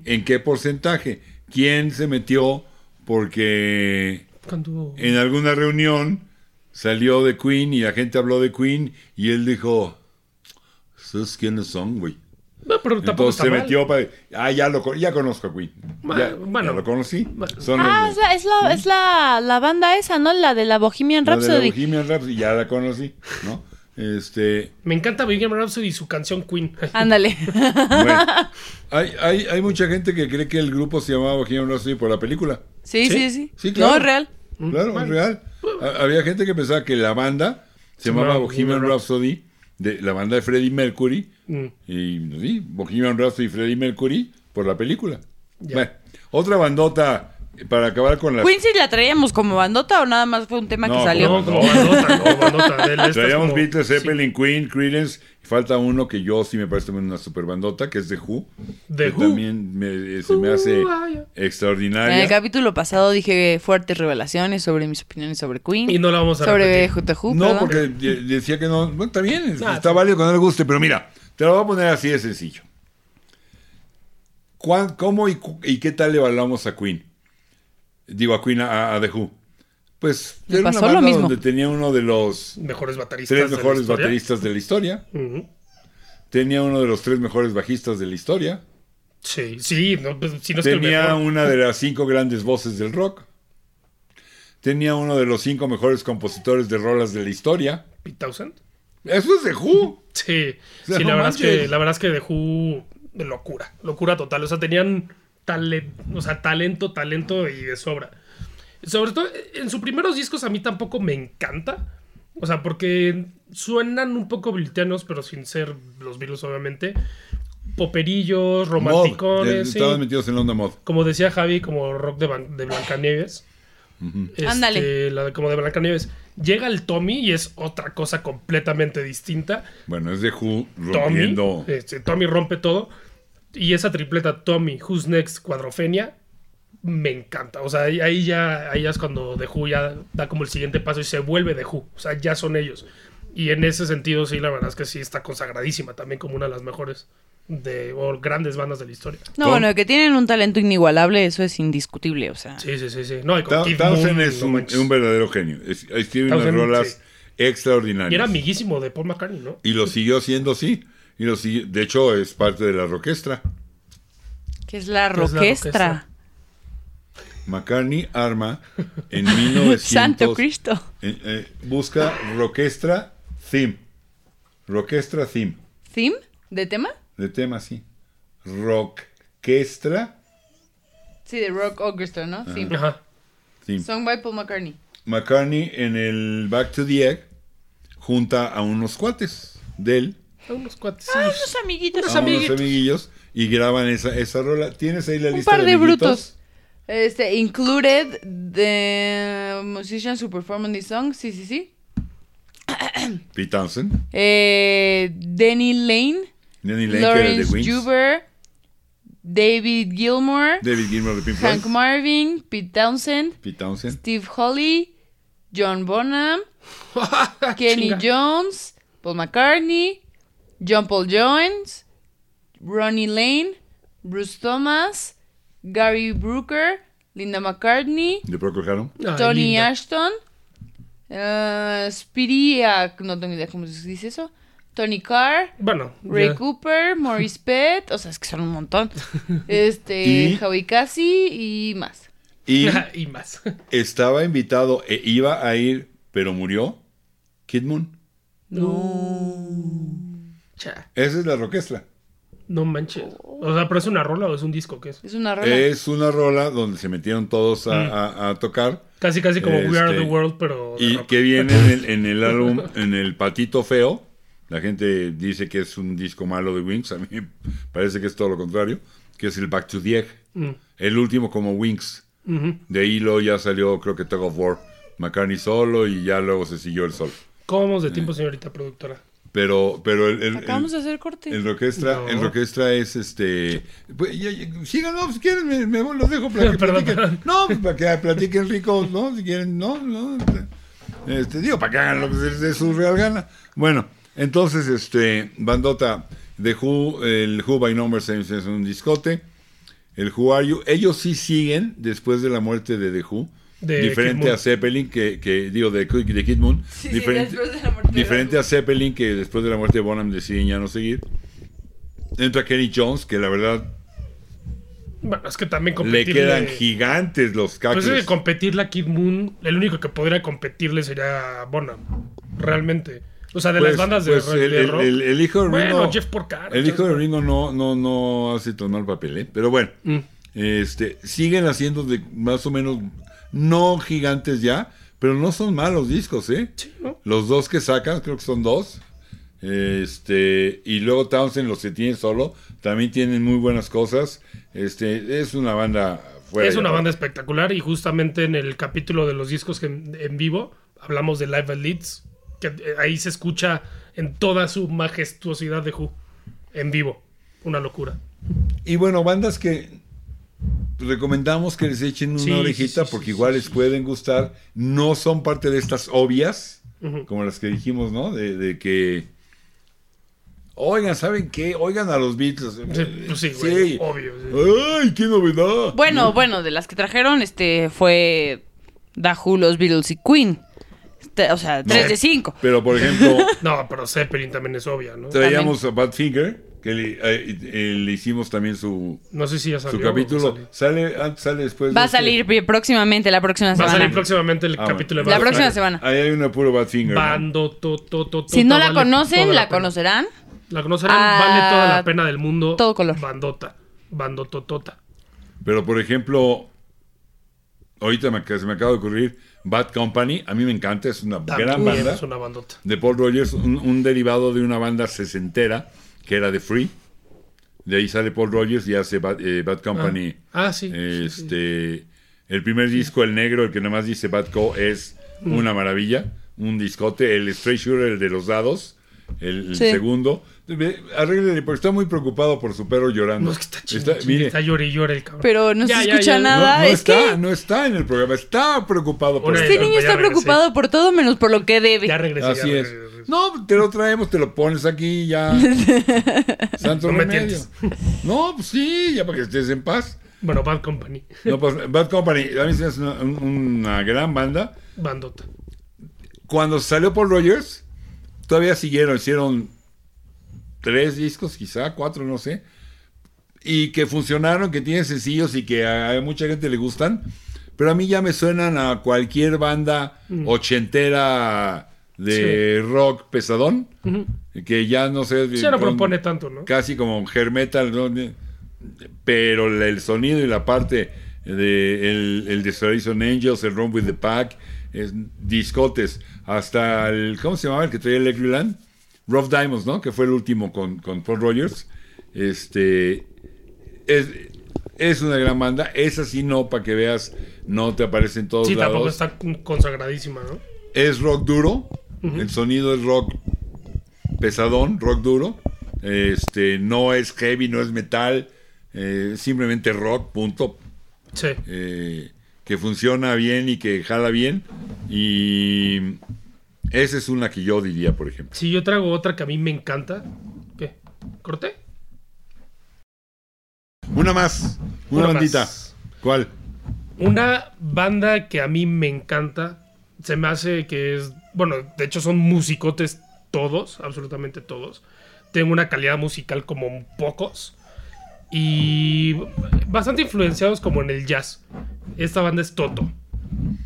Speaker 1: ¿En qué porcentaje? ¿Quién se metió porque
Speaker 3: Cuando-
Speaker 1: en alguna reunión salió de Queen y la gente habló de Queen y él dijo, ¿sabes quiénes son, güey?
Speaker 3: No, pero Pues tampoco
Speaker 1: Entonces
Speaker 3: está
Speaker 1: se
Speaker 3: mal.
Speaker 1: metió para... Ah, ya, lo, co- ya conozco a Queen.
Speaker 3: Ma-
Speaker 1: ya,
Speaker 3: bueno.
Speaker 1: ya lo conocí.
Speaker 3: Ma-
Speaker 1: Son
Speaker 2: ah,
Speaker 1: los-
Speaker 2: es, la, es, la, es la, la banda esa, ¿no? La de la Bohemian
Speaker 1: los de la
Speaker 2: Rhapsody.
Speaker 1: Bohemian Rhapsody, ya la conocí, ¿no? Este...
Speaker 3: Me encanta Bohemian Rhapsody y su canción Queen. *laughs*
Speaker 2: Ándale. *laughs*
Speaker 1: Bueno, hay, hay, hay mucha gente que cree que el grupo se llamaba Bohemian Rhapsody por la película.
Speaker 2: sí,
Speaker 3: Sí,
Speaker 2: sí, sí.
Speaker 1: sí, claro.
Speaker 2: No, es real.
Speaker 3: Mm,
Speaker 1: Claro, es real. Ha- había gente que pensaba que la banda se llamaba
Speaker 3: llamaba
Speaker 1: Bohemian
Speaker 3: Bohemian
Speaker 1: Rhapsody, de, la banda de Freddie Mercury,
Speaker 3: Mm.
Speaker 1: y pues, sí, Bohemian Rhapsody y Freddie Mercury por la película.
Speaker 3: Ya.
Speaker 1: Bueno, otra bandota eh, para acabar con las...
Speaker 2: ¿Quincy la traíamos como bandota o nada más fue un tema
Speaker 1: No, pues,
Speaker 2: que salió?
Speaker 1: como-
Speaker 3: No, como bandota, como bandota. de estas
Speaker 1: Traíamos
Speaker 3: como-
Speaker 1: Beatles,
Speaker 3: sí.
Speaker 1: Zeppelin, Queen, Creedence. Falta uno que yo sí me parece también una super bandota, que es The Who.
Speaker 3: The
Speaker 1: que
Speaker 3: Who.
Speaker 1: También me- eh, se me hace
Speaker 3: Who are you?
Speaker 1: extraordinaria.
Speaker 2: En el capítulo pasado dije fuertes revelaciones sobre mis opiniones sobre Queen.
Speaker 3: Y no la vamos a
Speaker 2: Sobre
Speaker 3: repetir.
Speaker 2: JTJ.
Speaker 1: No,
Speaker 2: perdón.
Speaker 1: porque de- decía que no. Bueno, está bien, es-
Speaker 3: Ah,
Speaker 1: está válido cuando le guste, pero mira, te lo voy a poner así de sencillo. ¿Cuán- ¿Cómo y, cu- y qué tal evaluamos a Queen? Digo, a Queen, a, a The Who. Pues
Speaker 2: Le
Speaker 1: era una
Speaker 2: pasó lo
Speaker 1: banda
Speaker 2: mismo.
Speaker 1: donde tenía uno de los
Speaker 3: mejores bateristas.
Speaker 1: tres
Speaker 3: de la
Speaker 1: mejores
Speaker 3: historia.
Speaker 1: bateristas de la historia,
Speaker 3: Ujú.
Speaker 1: tenía uno de los tres mejores bajistas de la historia,
Speaker 3: Sí, sí, no, pues, si no es que el
Speaker 1: tenía
Speaker 3: mejor.
Speaker 1: una de las cinco grandes voces del rock, tenía uno de los cinco mejores compositores de rolas de la historia.
Speaker 3: Pete Townsend.
Speaker 1: Eso es The Who.
Speaker 3: Sí,
Speaker 1: O sea,
Speaker 3: sí,
Speaker 1: no
Speaker 3: la, verdad es que,
Speaker 1: manches.
Speaker 3: la verdad es que dejó de locura, locura total. O sea, tenían tale- o sea, talento, talento y de sobra. Sobre todo, eh, en sus primeros discos a mí tampoco me encanta. O sea, porque suenan un poco britanos, pero sin ser los Beatles, obviamente. Poperillos,
Speaker 1: Mod,
Speaker 3: romanticones. sí.
Speaker 1: Estaban metidos en la onda mod.
Speaker 3: como decía Javi, como rock de, Ban- de Blancanieves. Este,
Speaker 2: Ándale.
Speaker 3: la de- como de Blancanieves. Llega el Tommy y es otra cosa completamente distinta.
Speaker 1: Bueno, es de Who
Speaker 3: Tommy,
Speaker 1: rompiendo.
Speaker 3: este, Tommy rompe todo. Y esa tripleta Tommy, Who's Next, Cuadrofenia, me encanta. O sea, ahí, ahí ya, ahí ya es cuando The Who ya da como el siguiente paso y se vuelve The Who. O sea, ya son ellos. Y en ese sentido, sí, la verdad es que sí está consagradísima también como una de las mejores de, o grandes bandas de la historia.
Speaker 2: No,
Speaker 1: Tom.
Speaker 2: bueno, que tienen un talento inigualable, eso es indiscutible, o sea.
Speaker 3: Sí, sí, sí, sí. No, y con
Speaker 1: Ta-
Speaker 3: Keith
Speaker 1: Townsend
Speaker 3: Moon,
Speaker 1: es
Speaker 3: no
Speaker 1: un,
Speaker 3: manches.
Speaker 1: un verdadero genio. Es- Escribe unas
Speaker 3: Townsend,
Speaker 1: rolas
Speaker 3: sí.
Speaker 1: extraordinarias.
Speaker 3: Y era amiguísimo de Paul McCartney, ¿no?
Speaker 1: Y lo siguió haciendo, sí. Y lo siguió- de hecho, es parte de la orquesta.
Speaker 2: Que es la
Speaker 3: Que es la
Speaker 2: roquestra.
Speaker 3: roquestra.
Speaker 1: McCartney arma
Speaker 3: *laughs*
Speaker 1: en
Speaker 2: *laughs* Santo
Speaker 1: 1900.
Speaker 2: Cristo.
Speaker 1: eh, eh, busca Roquestra Theme. Roquestra Theme.
Speaker 2: ¿Theme? ¿De tema?
Speaker 1: De tema así. Roquestra
Speaker 2: Sí, de Rock Orchestra, ¿no? Theme.
Speaker 3: Ajá.
Speaker 1: Theme.
Speaker 2: Song by Paul McCartney.
Speaker 1: McCartney en el Back to the Egg junta a unos cuates de él,
Speaker 3: A Unos cuates.
Speaker 2: Ay, unos amiguitos.
Speaker 1: a unos amiguillos, y graban esa, esa rola. ¿Tienes ahí la
Speaker 2: Un
Speaker 1: lista
Speaker 2: par de
Speaker 1: amiguitos?
Speaker 2: brutos. Este, included the musicians who perform this song. Sí, sí, sí.
Speaker 1: Pete Townsend,
Speaker 2: Eh, Danny Lane,
Speaker 1: Danny Lane, que era de
Speaker 2: Lawrence
Speaker 1: Wings,
Speaker 2: Juber, David Gilmore,
Speaker 1: David Gilmour de Pink
Speaker 2: Hank
Speaker 1: Floyd,
Speaker 2: Marvin, Pete Townsend,
Speaker 1: Pete Townsend,
Speaker 2: Steve Holly, John
Speaker 3: *laughs*
Speaker 2: Bonham, Kenny
Speaker 3: Chinga.
Speaker 2: Jones, Paul McCartney, John Paul Jones, Ronnie Lane, Bruce Thomas, Gary Brooker, Linda McCartney,
Speaker 1: de Procol Harum,
Speaker 3: Ay,
Speaker 2: Tony
Speaker 3: linda.
Speaker 2: Ashton, eh, Speedy, ah, no tengo idea cómo se dice eso, Tony Carr,
Speaker 3: Bueno.
Speaker 2: Ray
Speaker 3: ya.
Speaker 2: Cooper, Maurice Pett, o sea, es que son un
Speaker 3: *laughs*
Speaker 2: montón, este,
Speaker 1: Y-
Speaker 2: Javi Cassie y más. *laughs*
Speaker 1: y
Speaker 3: *laughs* y más.
Speaker 1: estaba invitado, e iba a ir, pero murió, Kid Moon.
Speaker 3: Cha,
Speaker 1: Esa es la roquestra.
Speaker 3: No manches. O sea, pero es una rola o es un disco, ¿qué es?
Speaker 2: Es una rola.
Speaker 1: Es una rola donde se metieron todos a, a- a tocar.
Speaker 3: Casi, casi como We Are the
Speaker 1: Este,
Speaker 3: World, pero. de
Speaker 1: Y
Speaker 3: rock.
Speaker 1: que viene en el, en el álbum, en el Patito Feo. La gente dice que es un disco malo de Wings. A mí *laughs* me parece que es todo lo contrario. Que es el Back to the Egg.
Speaker 3: Mm,
Speaker 1: El último como Wings.
Speaker 3: ujú.
Speaker 1: De ahí luego ya salió, creo que Tug of War. McCartney solo y ya luego se siguió el sol.
Speaker 3: ¿Cómo vamos
Speaker 1: Eh.
Speaker 3: de tiempo, señorita productora?
Speaker 1: Pero, pero el, el,
Speaker 2: Acabamos
Speaker 1: el-
Speaker 2: de hacer corte.
Speaker 1: el orquestra,
Speaker 3: No.
Speaker 1: el orquestra es este. Pues, ya- ya- síganlo, si quieren, me, me los dejo para que
Speaker 3: *laughs* Perdón,
Speaker 1: platiquen.
Speaker 3: perdón.
Speaker 1: No, pues, para que platiquen rico, ¿no? Si quieren, no, no. Este, digo, para que hagan lo que se les dé su real gana. Bueno, entonces, este, bandota, de Who, el Who by Numbers es, es un discote. El Who Are You, ellos sí siguen después de la muerte de The Who.
Speaker 3: De Kid
Speaker 1: diferente
Speaker 3: Moon.
Speaker 1: a Zeppelin, que, que digo, de, Kid- de Kid Moon.
Speaker 2: Sí, sí,
Speaker 1: diferente,
Speaker 2: después de la muerte de
Speaker 1: diferente a Zeppelin, que después de la muerte de Bonham deciden ya no seguir. Entra Kenny Jones, que la verdad
Speaker 3: Bueno, es que también
Speaker 1: le
Speaker 3: competirle.
Speaker 1: quedan gigantes los cactus.
Speaker 3: Pues es que competirle a Kid Moon, el único que podría competirle sería Bonham. Realmente. O sea, de
Speaker 1: Pues-
Speaker 3: las bandas de,
Speaker 1: pues
Speaker 3: ro-
Speaker 1: el,
Speaker 3: de
Speaker 1: el-
Speaker 3: rock.
Speaker 1: el- el hijo de
Speaker 3: Bueno,
Speaker 1: Ringo.
Speaker 3: Jeff Porcaro,
Speaker 1: el
Speaker 3: Jeff
Speaker 1: hijo de
Speaker 3: Porcaro.
Speaker 1: Ringo no, no, no hace tan mal papel, ¿eh? Pero bueno,
Speaker 3: Mm.
Speaker 1: este, siguen haciendo de más o menos no gigantes ya, pero no son malos discos, ¿eh?
Speaker 3: Sí, ¿no?
Speaker 1: Los dos que sacan, creo que son dos. Este, y luego Townsend, los que tiene solo, también tienen muy buenas cosas. Este, es una banda fuera.
Speaker 3: Es
Speaker 1: de-
Speaker 3: una banda espectacular y justamente en el capítulo de los discos que en, en vivo hablamos de Live at Leeds, que eh, ahí se escucha en toda su majestuosidad de Who, en vivo. Una locura.
Speaker 1: Y bueno, bandas que recomendamos que les echen una
Speaker 3: Sí,
Speaker 1: orejita
Speaker 3: sí, sí,
Speaker 1: porque
Speaker 3: sí,
Speaker 1: igual
Speaker 3: sí,
Speaker 1: les pueden gustar. No son parte de estas obvias,
Speaker 3: Ujú.
Speaker 1: como las que dijimos, ¿no? De, de que. Oigan, ¿saben qué? Oigan a los Beatles.
Speaker 3: Sí, pues sí, güey, obvio,
Speaker 1: ¡Ay, qué novedad!
Speaker 2: Bueno, bueno, de las que trajeron, este fue Dahu, los Beatles y Queen. Este, o sea, 3
Speaker 1: No.
Speaker 2: de 5.
Speaker 1: Pero por ejemplo,
Speaker 3: No, pero Zeppelin también es obvia, ¿no?
Speaker 1: traíamos a Badfinger, que le, eh, eh, le hicimos también su,
Speaker 3: No sé si ya
Speaker 1: su
Speaker 3: salió. o no
Speaker 1: capítulo.
Speaker 3: salió.
Speaker 1: Sale antes, sale después. de
Speaker 2: Va a
Speaker 1: este.
Speaker 2: salir pr- próximamente, la próxima
Speaker 3: Va a
Speaker 2: semana.
Speaker 3: salir próximamente el
Speaker 1: Ah, bueno.
Speaker 3: capítulo de
Speaker 2: La
Speaker 3: Bad
Speaker 2: próxima
Speaker 3: Fire.
Speaker 2: semana.
Speaker 1: Ahí hay una puro Badfinger. ¿no?
Speaker 3: Bando, to, to, to,
Speaker 2: Si no la
Speaker 3: vale toda
Speaker 2: conocen, la
Speaker 3: pena.
Speaker 2: conocerán.
Speaker 3: La conocerán,
Speaker 2: Ah,
Speaker 3: vale toda la pena del mundo.
Speaker 2: todo color.
Speaker 3: Bandota. Bandototota.
Speaker 1: Pero por ejemplo, ahorita me, ac- se me acaba de ocurrir Bad Company, a mí me encanta, es una gran
Speaker 3: También
Speaker 1: banda.
Speaker 3: Es una bandota.
Speaker 1: De Paul Rogers, un, un derivado de una banda sesentera que era de Free. De ahí sale Paul Rogers y hace Bad, eh, Bad Company.
Speaker 3: Ah, sí. sí, sí.
Speaker 1: Este, el primer disco, el negro, el que nada más
Speaker 3: Mm.
Speaker 1: dice Bad Co, es una maravilla, un discote. El Stray Shooter, el de los dados, el, el
Speaker 2: Sí.
Speaker 1: segundo. Arréglele, porque está muy preocupado por su perro llorando.
Speaker 3: No, es que está chido.
Speaker 1: Está- mire,
Speaker 3: Está llore y llore el cabrón.
Speaker 2: Pero no
Speaker 3: Ya,
Speaker 2: se
Speaker 3: ya,
Speaker 2: escucha
Speaker 3: ya.
Speaker 1: no,
Speaker 2: nada.
Speaker 1: no
Speaker 2: es
Speaker 1: está,
Speaker 2: que
Speaker 1: no está en el programa, está preocupado por
Speaker 3: Una
Speaker 1: el
Speaker 2: este
Speaker 3: de-
Speaker 1: perro.
Speaker 2: niño
Speaker 3: pues Ya
Speaker 2: está
Speaker 3: regresé.
Speaker 2: preocupado por todo menos por lo que debe.
Speaker 3: Ya regresé.
Speaker 1: Así
Speaker 3: ya
Speaker 1: es.
Speaker 3: regresé.
Speaker 1: No, te lo traemos, te lo pones aquí
Speaker 3: *laughs*
Speaker 1: ya. Santo
Speaker 3: No me
Speaker 1: remedio. No, pues sí, ya para que estés en paz.
Speaker 3: Bueno, Bad Company.
Speaker 1: No, pues, Bad Company, a mí se me hace una, un- una gran banda.
Speaker 3: Bandota.
Speaker 1: Cuando salió Paul Rogers, todavía siguieron, hicieron tres discos, quizá cuatro, no sé. Y que funcionaron, que tienen sencillos y que a, a mucha gente le gustan. Pero a mí ya me suenan a cualquier banda ochentera de rock pesadón. Que ya no sé.
Speaker 3: Sí, no
Speaker 1: con-
Speaker 3: propone tanto, ¿no?
Speaker 1: casi como hair metal, ¿no? pero la- el sonido y la parte de el, el Desolation Angels, el Run with the Pack, es- discotes, hasta el, ¿cómo se llamaba el que traía Electric Land? Rough Diamonds, ¿no? Que fue el último con, con Paul Rogers. Este, es, es una gran banda, esa sí no, para que veas, no te aparece en todos
Speaker 3: Sí,
Speaker 1: lados
Speaker 3: tampoco está consagradísima, ¿no?
Speaker 1: es rock duro. El sonido es rock pesadón, rock duro. Este, no es heavy, no es metal. eh, simplemente rock, punto.
Speaker 3: Sí.
Speaker 1: eh, que funciona bien y que jala bien. Y esa es una que yo diría, por ejemplo.
Speaker 3: Sí, yo traigo otra que a mí me encanta. ¿Qué? ¿Corté?
Speaker 1: Una más, una,
Speaker 3: Una
Speaker 1: bandita.
Speaker 3: más.
Speaker 1: ¿Cuál?
Speaker 3: Una banda que a mí me encanta, se me hace que es, bueno, de hecho son musicotes todos, absolutamente todos. Tengo una calidad musical como pocos y bastante influenciados como en el jazz. Esta banda es Toto,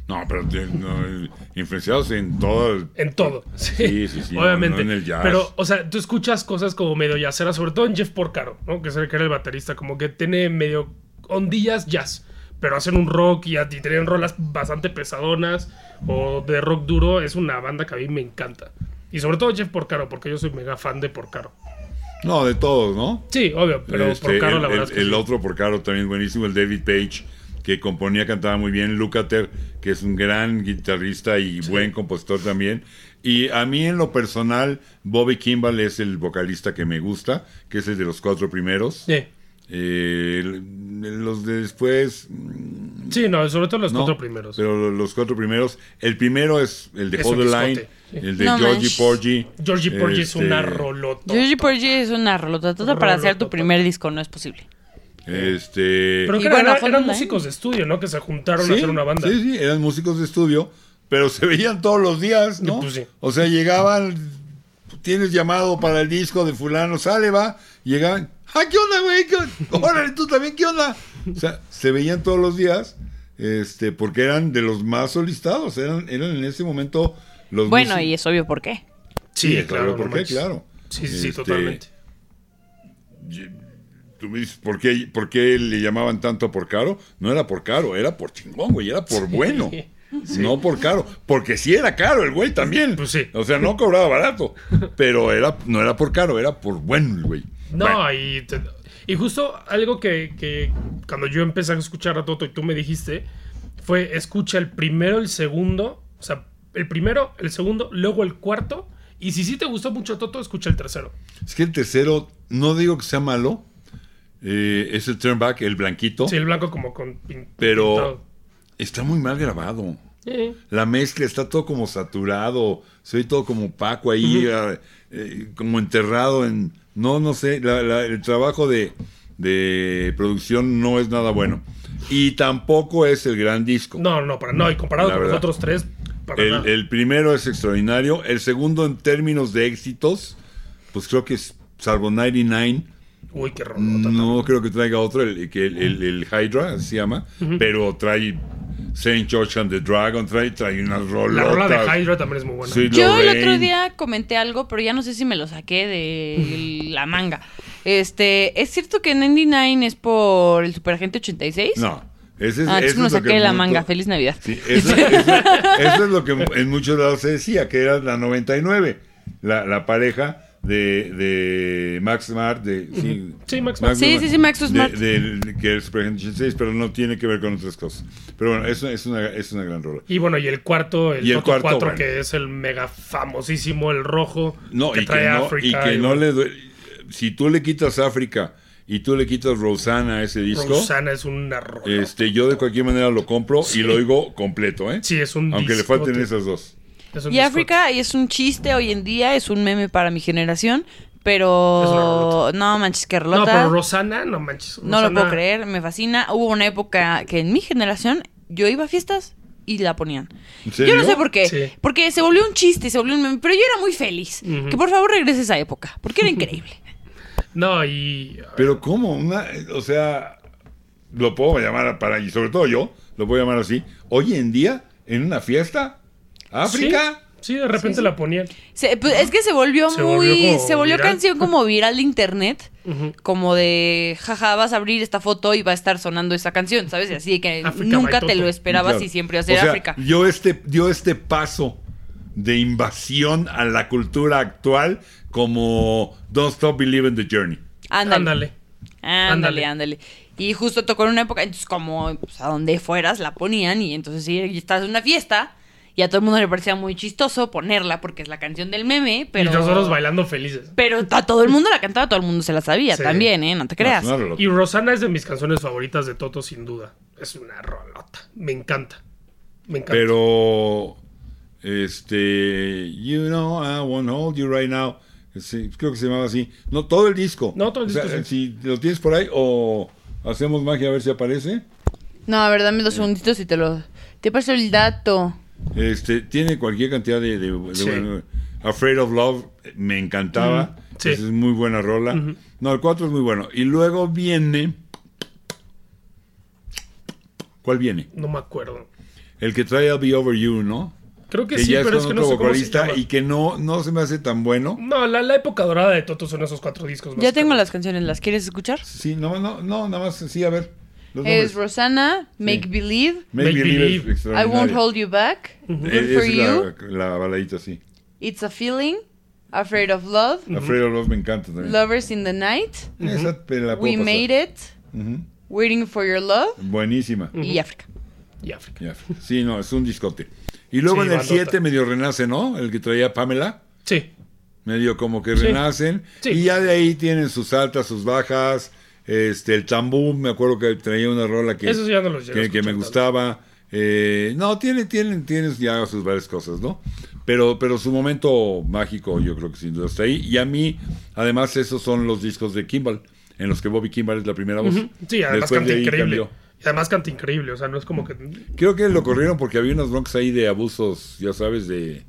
Speaker 1: No, pero te- no, influenciados en todo. el-
Speaker 3: en todo.
Speaker 1: Sí,
Speaker 3: *laughs*
Speaker 1: sí, sí, no,
Speaker 3: Obviamente.
Speaker 1: no en el jazz.
Speaker 3: Pero, o sea, tú escuchas cosas como medio jazzera, sobre todo en Jeff Porcaro, ¿no? Que es el que era el baterista, como que tiene medio ondillas jazz. Pero hacen un rock y, a- y tienen rolas bastante pesadonas o de rock duro. Es una banda que a mí me encanta. Y sobre todo Jeff Porcaro, porque yo soy mega fan de Porcaro.
Speaker 1: No, de todos, ¿no?
Speaker 3: Sí, obvio, pero
Speaker 1: Este,
Speaker 3: Porcaro
Speaker 1: el,
Speaker 3: la verdad
Speaker 1: el-
Speaker 3: es que
Speaker 1: el
Speaker 3: sí.
Speaker 1: otro por caro también buenísimo, el David Page, que componía, cantaba muy bien, Lucater, que es un gran guitarrista y buen compositor también. Y a mí en lo personal, Bobby Kimball es el vocalista que me gusta, que es el de los cuatro primeros.
Speaker 3: Sí.
Speaker 1: Eh, el- los de después... mm,
Speaker 3: Sí, no, sobre todo los
Speaker 1: no,
Speaker 3: cuatro primeros.
Speaker 1: Pero lo- los cuatro primeros. El primero es el de
Speaker 3: Es
Speaker 1: Hold the
Speaker 3: un
Speaker 1: Line,
Speaker 3: discote, sí.
Speaker 1: el de
Speaker 2: No
Speaker 1: Georgie
Speaker 2: manches.
Speaker 1: Porgy.
Speaker 3: Georgie Porgy es
Speaker 1: este,
Speaker 3: una rolota.
Speaker 2: Georgie Porgy es una rolotatota para hacer tu
Speaker 3: Rolotatota.
Speaker 2: primer disco, no es posible.
Speaker 1: Este...
Speaker 3: Pero
Speaker 2: Y
Speaker 3: que era-
Speaker 2: bueno, ¿eh?
Speaker 3: era-
Speaker 2: Hold
Speaker 3: eran
Speaker 2: the Line.
Speaker 3: músicos de estudio, ¿no? Que se juntaron
Speaker 1: Sí,
Speaker 3: a hacer una banda.
Speaker 1: Sí, sí, eran músicos de estudio, pero se veían todos los días, ¿no?
Speaker 3: Pues sí.
Speaker 1: O sea, llegaban, tienes llamado para el disco de fulano, sale, va, llegaban, ¡ah, qué onda, güey! ¿Qué on- *laughs* ¡Órale, tú también, qué onda! O sea, se veían todos los días, este, porque eran de los más solicitados, eran, eran en ese momento los
Speaker 2: Bueno,
Speaker 1: músicos-
Speaker 2: y es obvio por qué.
Speaker 1: Sí, claro,
Speaker 3: no
Speaker 1: ¿por qué?
Speaker 3: manches.
Speaker 1: Claro.
Speaker 3: Sí, sí, sí,
Speaker 1: Este,
Speaker 3: totalmente.
Speaker 1: Tú me dices, ¿por qué, ¿por qué le llamaban tanto a por caro? No era por caro, era por chingón, güey, era por bueno. No por caro, porque sí era caro el güey también.
Speaker 3: Pues sí.
Speaker 1: O sea, no cobraba barato, pero era, no era por caro, era por bueno el güey.
Speaker 3: No,
Speaker 1: Bueno,
Speaker 3: y, te- y justo algo que, que cuando yo empecé a escuchar a Toto y tú me dijiste fue escucha el primero, el segundo, o sea, el primero, el segundo, luego el cuarto. Y si sí te gustó mucho Toto, escucha el tercero.
Speaker 1: es que el tercero, no digo que sea malo, eh, es el turnback, el blanquito,
Speaker 3: Sí, el blanco como con... pin-
Speaker 1: Oh. pero
Speaker 3: pintado.
Speaker 1: está muy mal grabado.
Speaker 3: Eh,
Speaker 1: La mezcla está todo como saturado, se ve todo como opaco ahí, ah, eh, como enterrado en... No, no sé, la- la- el trabajo de, de producción no es nada bueno. Y tampoco es el gran disco.
Speaker 3: No, no, para no. Y comparado
Speaker 1: La
Speaker 3: con los
Speaker 1: verdad.
Speaker 3: otros tres, para
Speaker 1: El,
Speaker 3: nada.
Speaker 1: el primero es extraordinario. El segundo, en términos de éxitos, pues creo que es, salvo 99,
Speaker 3: Uy, qué rolota.
Speaker 1: no creo que traiga otro, el, que el, el- el Hydra así se llama, pero trae Saint George and the Dragon, trae, trae unas
Speaker 3: La
Speaker 1: rolas.
Speaker 3: rola de Hydra también es muy buena.
Speaker 1: Sweet
Speaker 2: Yo el
Speaker 1: Lorraine.
Speaker 2: otro día comenté algo, pero ya no sé si me lo saqué
Speaker 1: *laughs*
Speaker 2: de la manga. Este, ¿es cierto que 99 es por el Superagente 86?
Speaker 1: No, ese es,
Speaker 2: Ah,
Speaker 1: eso
Speaker 2: entonces me lo
Speaker 1: es lo
Speaker 2: saqué
Speaker 1: que
Speaker 2: de la
Speaker 1: mucho-
Speaker 2: manga. Feliz Navidad.
Speaker 1: Sí, eso, eso-
Speaker 2: *laughs*
Speaker 1: eso es lo que en muchos lados se decía, que era la 99, la, la pareja de, de Max Smart, de, sí,
Speaker 3: Sí, Max
Speaker 2: Smart. Sí, sí, sí, Max
Speaker 1: de-
Speaker 2: Smart.
Speaker 1: de- de- que es Super Generation 6, pero no tiene que ver con otras cosas. Pero bueno, es, una- es, una, es una gran rola.
Speaker 3: Y bueno, y el cuarto, el,
Speaker 1: Y el
Speaker 3: Toto
Speaker 1: cuarto,
Speaker 3: 4,
Speaker 1: bueno.
Speaker 3: que es el mega famosísimo, el rojo,
Speaker 1: No,
Speaker 3: que
Speaker 1: y
Speaker 3: trae
Speaker 1: que no,
Speaker 3: África.
Speaker 1: y que
Speaker 3: y
Speaker 1: no
Speaker 3: bueno,
Speaker 1: le duele. Si tú le quitas África y tú le quitas Rosanna a ese disco,
Speaker 3: Rosanna es una rola.
Speaker 1: este, yo de cualquier manera lo compro y lo oigo completo, ¿eh?
Speaker 3: Sí, es un
Speaker 1: Aunque le
Speaker 3: discote.
Speaker 1: falten esas dos.
Speaker 3: Es un
Speaker 2: Y
Speaker 3: discote.
Speaker 2: África y es un chiste hoy en día, es un meme para mi generación, pero
Speaker 3: Es una rolota.
Speaker 2: no manches que
Speaker 3: No,
Speaker 2: relota.
Speaker 3: pero Rosana, no manches.
Speaker 2: No lo
Speaker 3: Rosanna-
Speaker 2: puedo creer, me fascina. Hubo una época que en mi generación yo iba a fiestas y la ponían.
Speaker 1: ¿En
Speaker 2: Yo no
Speaker 1: serio?
Speaker 2: sé por qué,
Speaker 3: Sí.
Speaker 2: porque se volvió un chiste, se volvió un meme, pero yo era muy feliz.
Speaker 3: Ujú.
Speaker 2: Que por favor regrese esa época, porque era
Speaker 3: *laughs*
Speaker 2: increíble.
Speaker 3: No, y.
Speaker 1: Pero ¿cómo? Una, o sea, lo puedo llamar para, y sobre todo yo, lo puedo llamar así. Hoy en día, en una fiesta, África.
Speaker 3: Sí, sí, de repente la ponían.
Speaker 2: Se- pues, es que se volvió
Speaker 3: Se
Speaker 2: muy.
Speaker 3: volvió como
Speaker 2: se volvió
Speaker 3: viral.
Speaker 2: canción como viral de internet.
Speaker 3: Ujú.
Speaker 2: Como de, jaja, vas a abrir esta foto y va a estar sonando esta canción, ¿sabes? Y Así que
Speaker 3: África by
Speaker 2: nunca te
Speaker 3: Toto.
Speaker 2: lo esperabas
Speaker 1: Claro.
Speaker 2: y siempre
Speaker 1: O
Speaker 2: va a ser
Speaker 1: sea,
Speaker 2: África.
Speaker 1: Dio este, dio este paso de invasión a la cultura actual como Don't Stop Believing the Journey.
Speaker 2: Ándale.
Speaker 3: Ándale.
Speaker 2: Ándale,
Speaker 3: Ándale.
Speaker 2: ándale. Y justo tocó en una época, entonces como pues, a donde fueras la ponían y entonces sí, y estás en una fiesta y a todo el mundo le parecía muy chistoso ponerla porque es la canción del meme, pero...
Speaker 3: Y nosotros bailando felices.
Speaker 2: Pero a todo el mundo la cantaba, todo el mundo se la sabía
Speaker 3: Sí.
Speaker 2: también, ¿eh? No te creas.
Speaker 1: No, no, no,
Speaker 3: Y Rosana es de mis canciones favoritas de Toto, sin duda. Es una rolota. Me encanta. Me encanta.
Speaker 1: Pero, este, you know, I wanna hold you right now. Sí, creo que se llamaba así. No, todo el disco.
Speaker 3: No, todo el
Speaker 1: O sea,
Speaker 3: disco,
Speaker 1: Si lo tienes por ahí o hacemos magia a ver si aparece.
Speaker 2: No, a ver, dame dos segunditos y te lo... Te paso el dato.
Speaker 1: Este, tiene cualquier cantidad de... de- de-
Speaker 3: Sí.
Speaker 1: bueno, Afraid of Love eh, me encantaba.
Speaker 3: Ujú, sí.
Speaker 1: Esa es muy buena rola. No, el 4 es muy bueno. Y luego viene... ¿Cuál viene?
Speaker 3: No me acuerdo.
Speaker 1: El que trae I'll Be Over You, ¿no?
Speaker 3: Creo que,
Speaker 1: que
Speaker 3: sí,
Speaker 1: ya es
Speaker 3: pero
Speaker 1: con
Speaker 3: es que
Speaker 1: otro
Speaker 3: no sé cómo se
Speaker 1: vocalista
Speaker 3: llama.
Speaker 1: y que no, no se me hace tan bueno.
Speaker 3: No, la, la época dorada de Toto son esos cuatro discos.
Speaker 2: Ya tengo
Speaker 3: básicamente.
Speaker 2: las canciones, ¿las quieres escuchar?
Speaker 1: Sí, no, no, no, nada más, sí, a ver. Los nombres.
Speaker 2: Es Rosanna, Make
Speaker 1: Sí.
Speaker 2: Believe,
Speaker 1: Make
Speaker 3: Make
Speaker 1: Believe
Speaker 3: Believe.
Speaker 1: es
Speaker 2: I Won't
Speaker 1: extraordinaria.
Speaker 2: Hold You Back,
Speaker 1: Es-
Speaker 2: Good For
Speaker 1: es
Speaker 2: You,
Speaker 1: La, la baladita, sí.
Speaker 2: It's a Feeling, Afraid of Love,
Speaker 1: Alfredo Love me encanta también.
Speaker 2: Lovers in the Night,
Speaker 1: Esa te la puedo
Speaker 2: We
Speaker 1: pasar.
Speaker 2: Made It,
Speaker 1: Ujú.
Speaker 2: Waiting for Your Love
Speaker 1: Buenísima.
Speaker 2: y África.
Speaker 3: Y África.
Speaker 1: Ya. Sí, no, es un discote. Y luego
Speaker 3: Sí,
Speaker 1: en el
Speaker 3: bandota.
Speaker 1: 7 medio renace, ¿no? El que traía Pamela.
Speaker 3: Sí.
Speaker 1: Medio como que
Speaker 3: Sí.
Speaker 1: renacen.
Speaker 3: Sí.
Speaker 1: Y ya de ahí tienen sus altas, sus bajas. Este, el tambú, me acuerdo que traía una rola que,
Speaker 3: Esos ya no los llevo
Speaker 1: que, que me
Speaker 3: escuchando.
Speaker 1: gustaba. Eh, no, tienen, tienen, tienes ya sus varias cosas, ¿no? Pero, pero su momento mágico, yo creo que sin duda está ahí. Y a mí, además, esos son los discos de Kimball, en los que Bobby Kimball es la primera voz.
Speaker 3: Ujú. Sí,
Speaker 1: Pues,
Speaker 3: además
Speaker 1: Después
Speaker 3: canta
Speaker 1: de ahí
Speaker 3: increíble.
Speaker 1: cambió.
Speaker 3: Y además canta increíble. O sea, no es como que.
Speaker 1: Creo que lo corrieron porque había unas broncas ahí de abusos, ya sabes, de...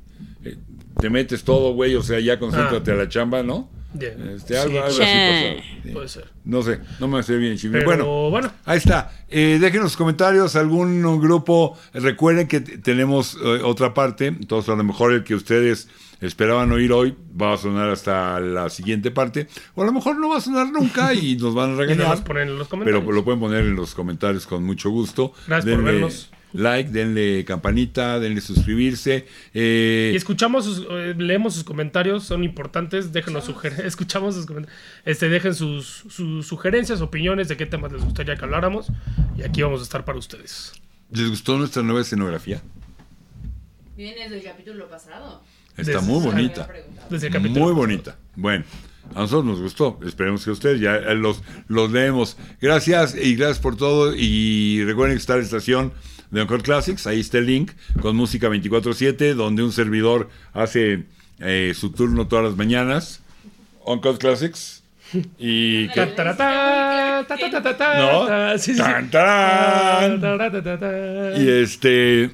Speaker 1: eh, te metes todo, güey, o sea, ya concéntrate
Speaker 3: Ah.
Speaker 1: a la chamba, ¿no?
Speaker 3: Ya.
Speaker 1: Este, algo,
Speaker 3: Sí,
Speaker 1: algo así
Speaker 2: Che.
Speaker 1: pasaba, sí.
Speaker 3: Puede ser.
Speaker 1: No sé, no me hace bien, Chimil.
Speaker 3: Pero
Speaker 1: Bueno,
Speaker 3: bueno.
Speaker 1: ahí está. Eh, déjenos sus comentarios, algún grupo. Recuerden que t- tenemos eh, otra parte, entonces a lo mejor el que ustedes esperaban oír hoy va a sonar hasta la siguiente parte, o a lo mejor no va a sonar nunca
Speaker 3: *laughs*
Speaker 1: y nos van a
Speaker 3: Y nos
Speaker 1: regañar.
Speaker 3: los ponen en los
Speaker 1: Pero
Speaker 3: comentarios.
Speaker 1: lo pueden poner en los comentarios con mucho gusto.
Speaker 3: Gracias por vernos.
Speaker 1: Like, denle campanita, denle suscribirse. Eh,
Speaker 3: Y escuchamos sus, eh, leemos sus comentarios, son importantes, déjenos sugerencias, *laughs* escuchamos sus comentarios, este, dejen sus, sus sugerencias, opiniones de qué temas les gustaría que habláramos y aquí vamos a estar para ustedes.
Speaker 1: ¿Les gustó nuestra nueva escenografía?
Speaker 2: Vienes del capítulo pasado.
Speaker 1: Está
Speaker 3: Des-
Speaker 1: muy
Speaker 3: Ah,
Speaker 1: bonita.
Speaker 3: Desde el capítulo
Speaker 1: Muy
Speaker 3: pasado.
Speaker 1: bonita. Bueno, a nosotros nos gustó. Esperemos que a ustedes ya eh, los, los leemos. Gracias y gracias por todo. Y recuerden que está la estación de Encore Classics. Ahí está el link con música 24-7, donde un servidor hace eh, su turno todas las mañanas. Encore Classics. Y que-
Speaker 3: Ta, ta, ta, ta, ta, ta, ta, ta,
Speaker 1: ¿No?
Speaker 3: ta, sí, sí, sí.
Speaker 1: Tan, tarán.
Speaker 3: Ta, ta, ta, ta, ta.
Speaker 1: Y este.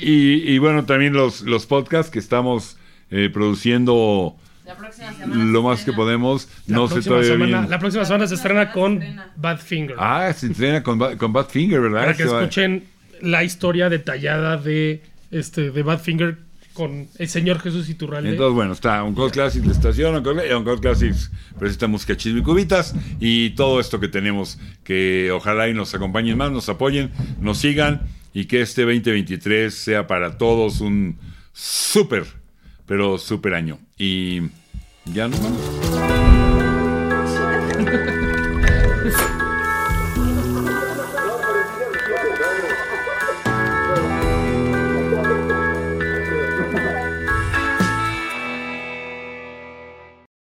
Speaker 1: Y, y bueno, también los, los podcasts que estamos eh, produciendo
Speaker 2: La próxima
Speaker 1: lo más que podemos.
Speaker 3: La
Speaker 1: no sé
Speaker 3: próxima
Speaker 1: todavía
Speaker 3: semana-
Speaker 1: bien.
Speaker 3: La próxima semana se estrena con
Speaker 2: estrena.
Speaker 3: Bad Finger.
Speaker 1: Ah, se entrena con, Ba- con Badfinger, ¿verdad?
Speaker 3: para que
Speaker 1: Se va-
Speaker 3: escuchen la historia detallada de este de Badfinger con el señor Jesús Iturralde.
Speaker 1: Entonces, bueno, está Encore Classics, la estación, Encore, Encore Classics, presenta música chisme y cubitas y todo esto que tenemos, que ojalá y nos acompañen más, nos apoyen, nos sigan y que este 2023 sea para todos un súper, pero súper año. Y Ya nos vamos.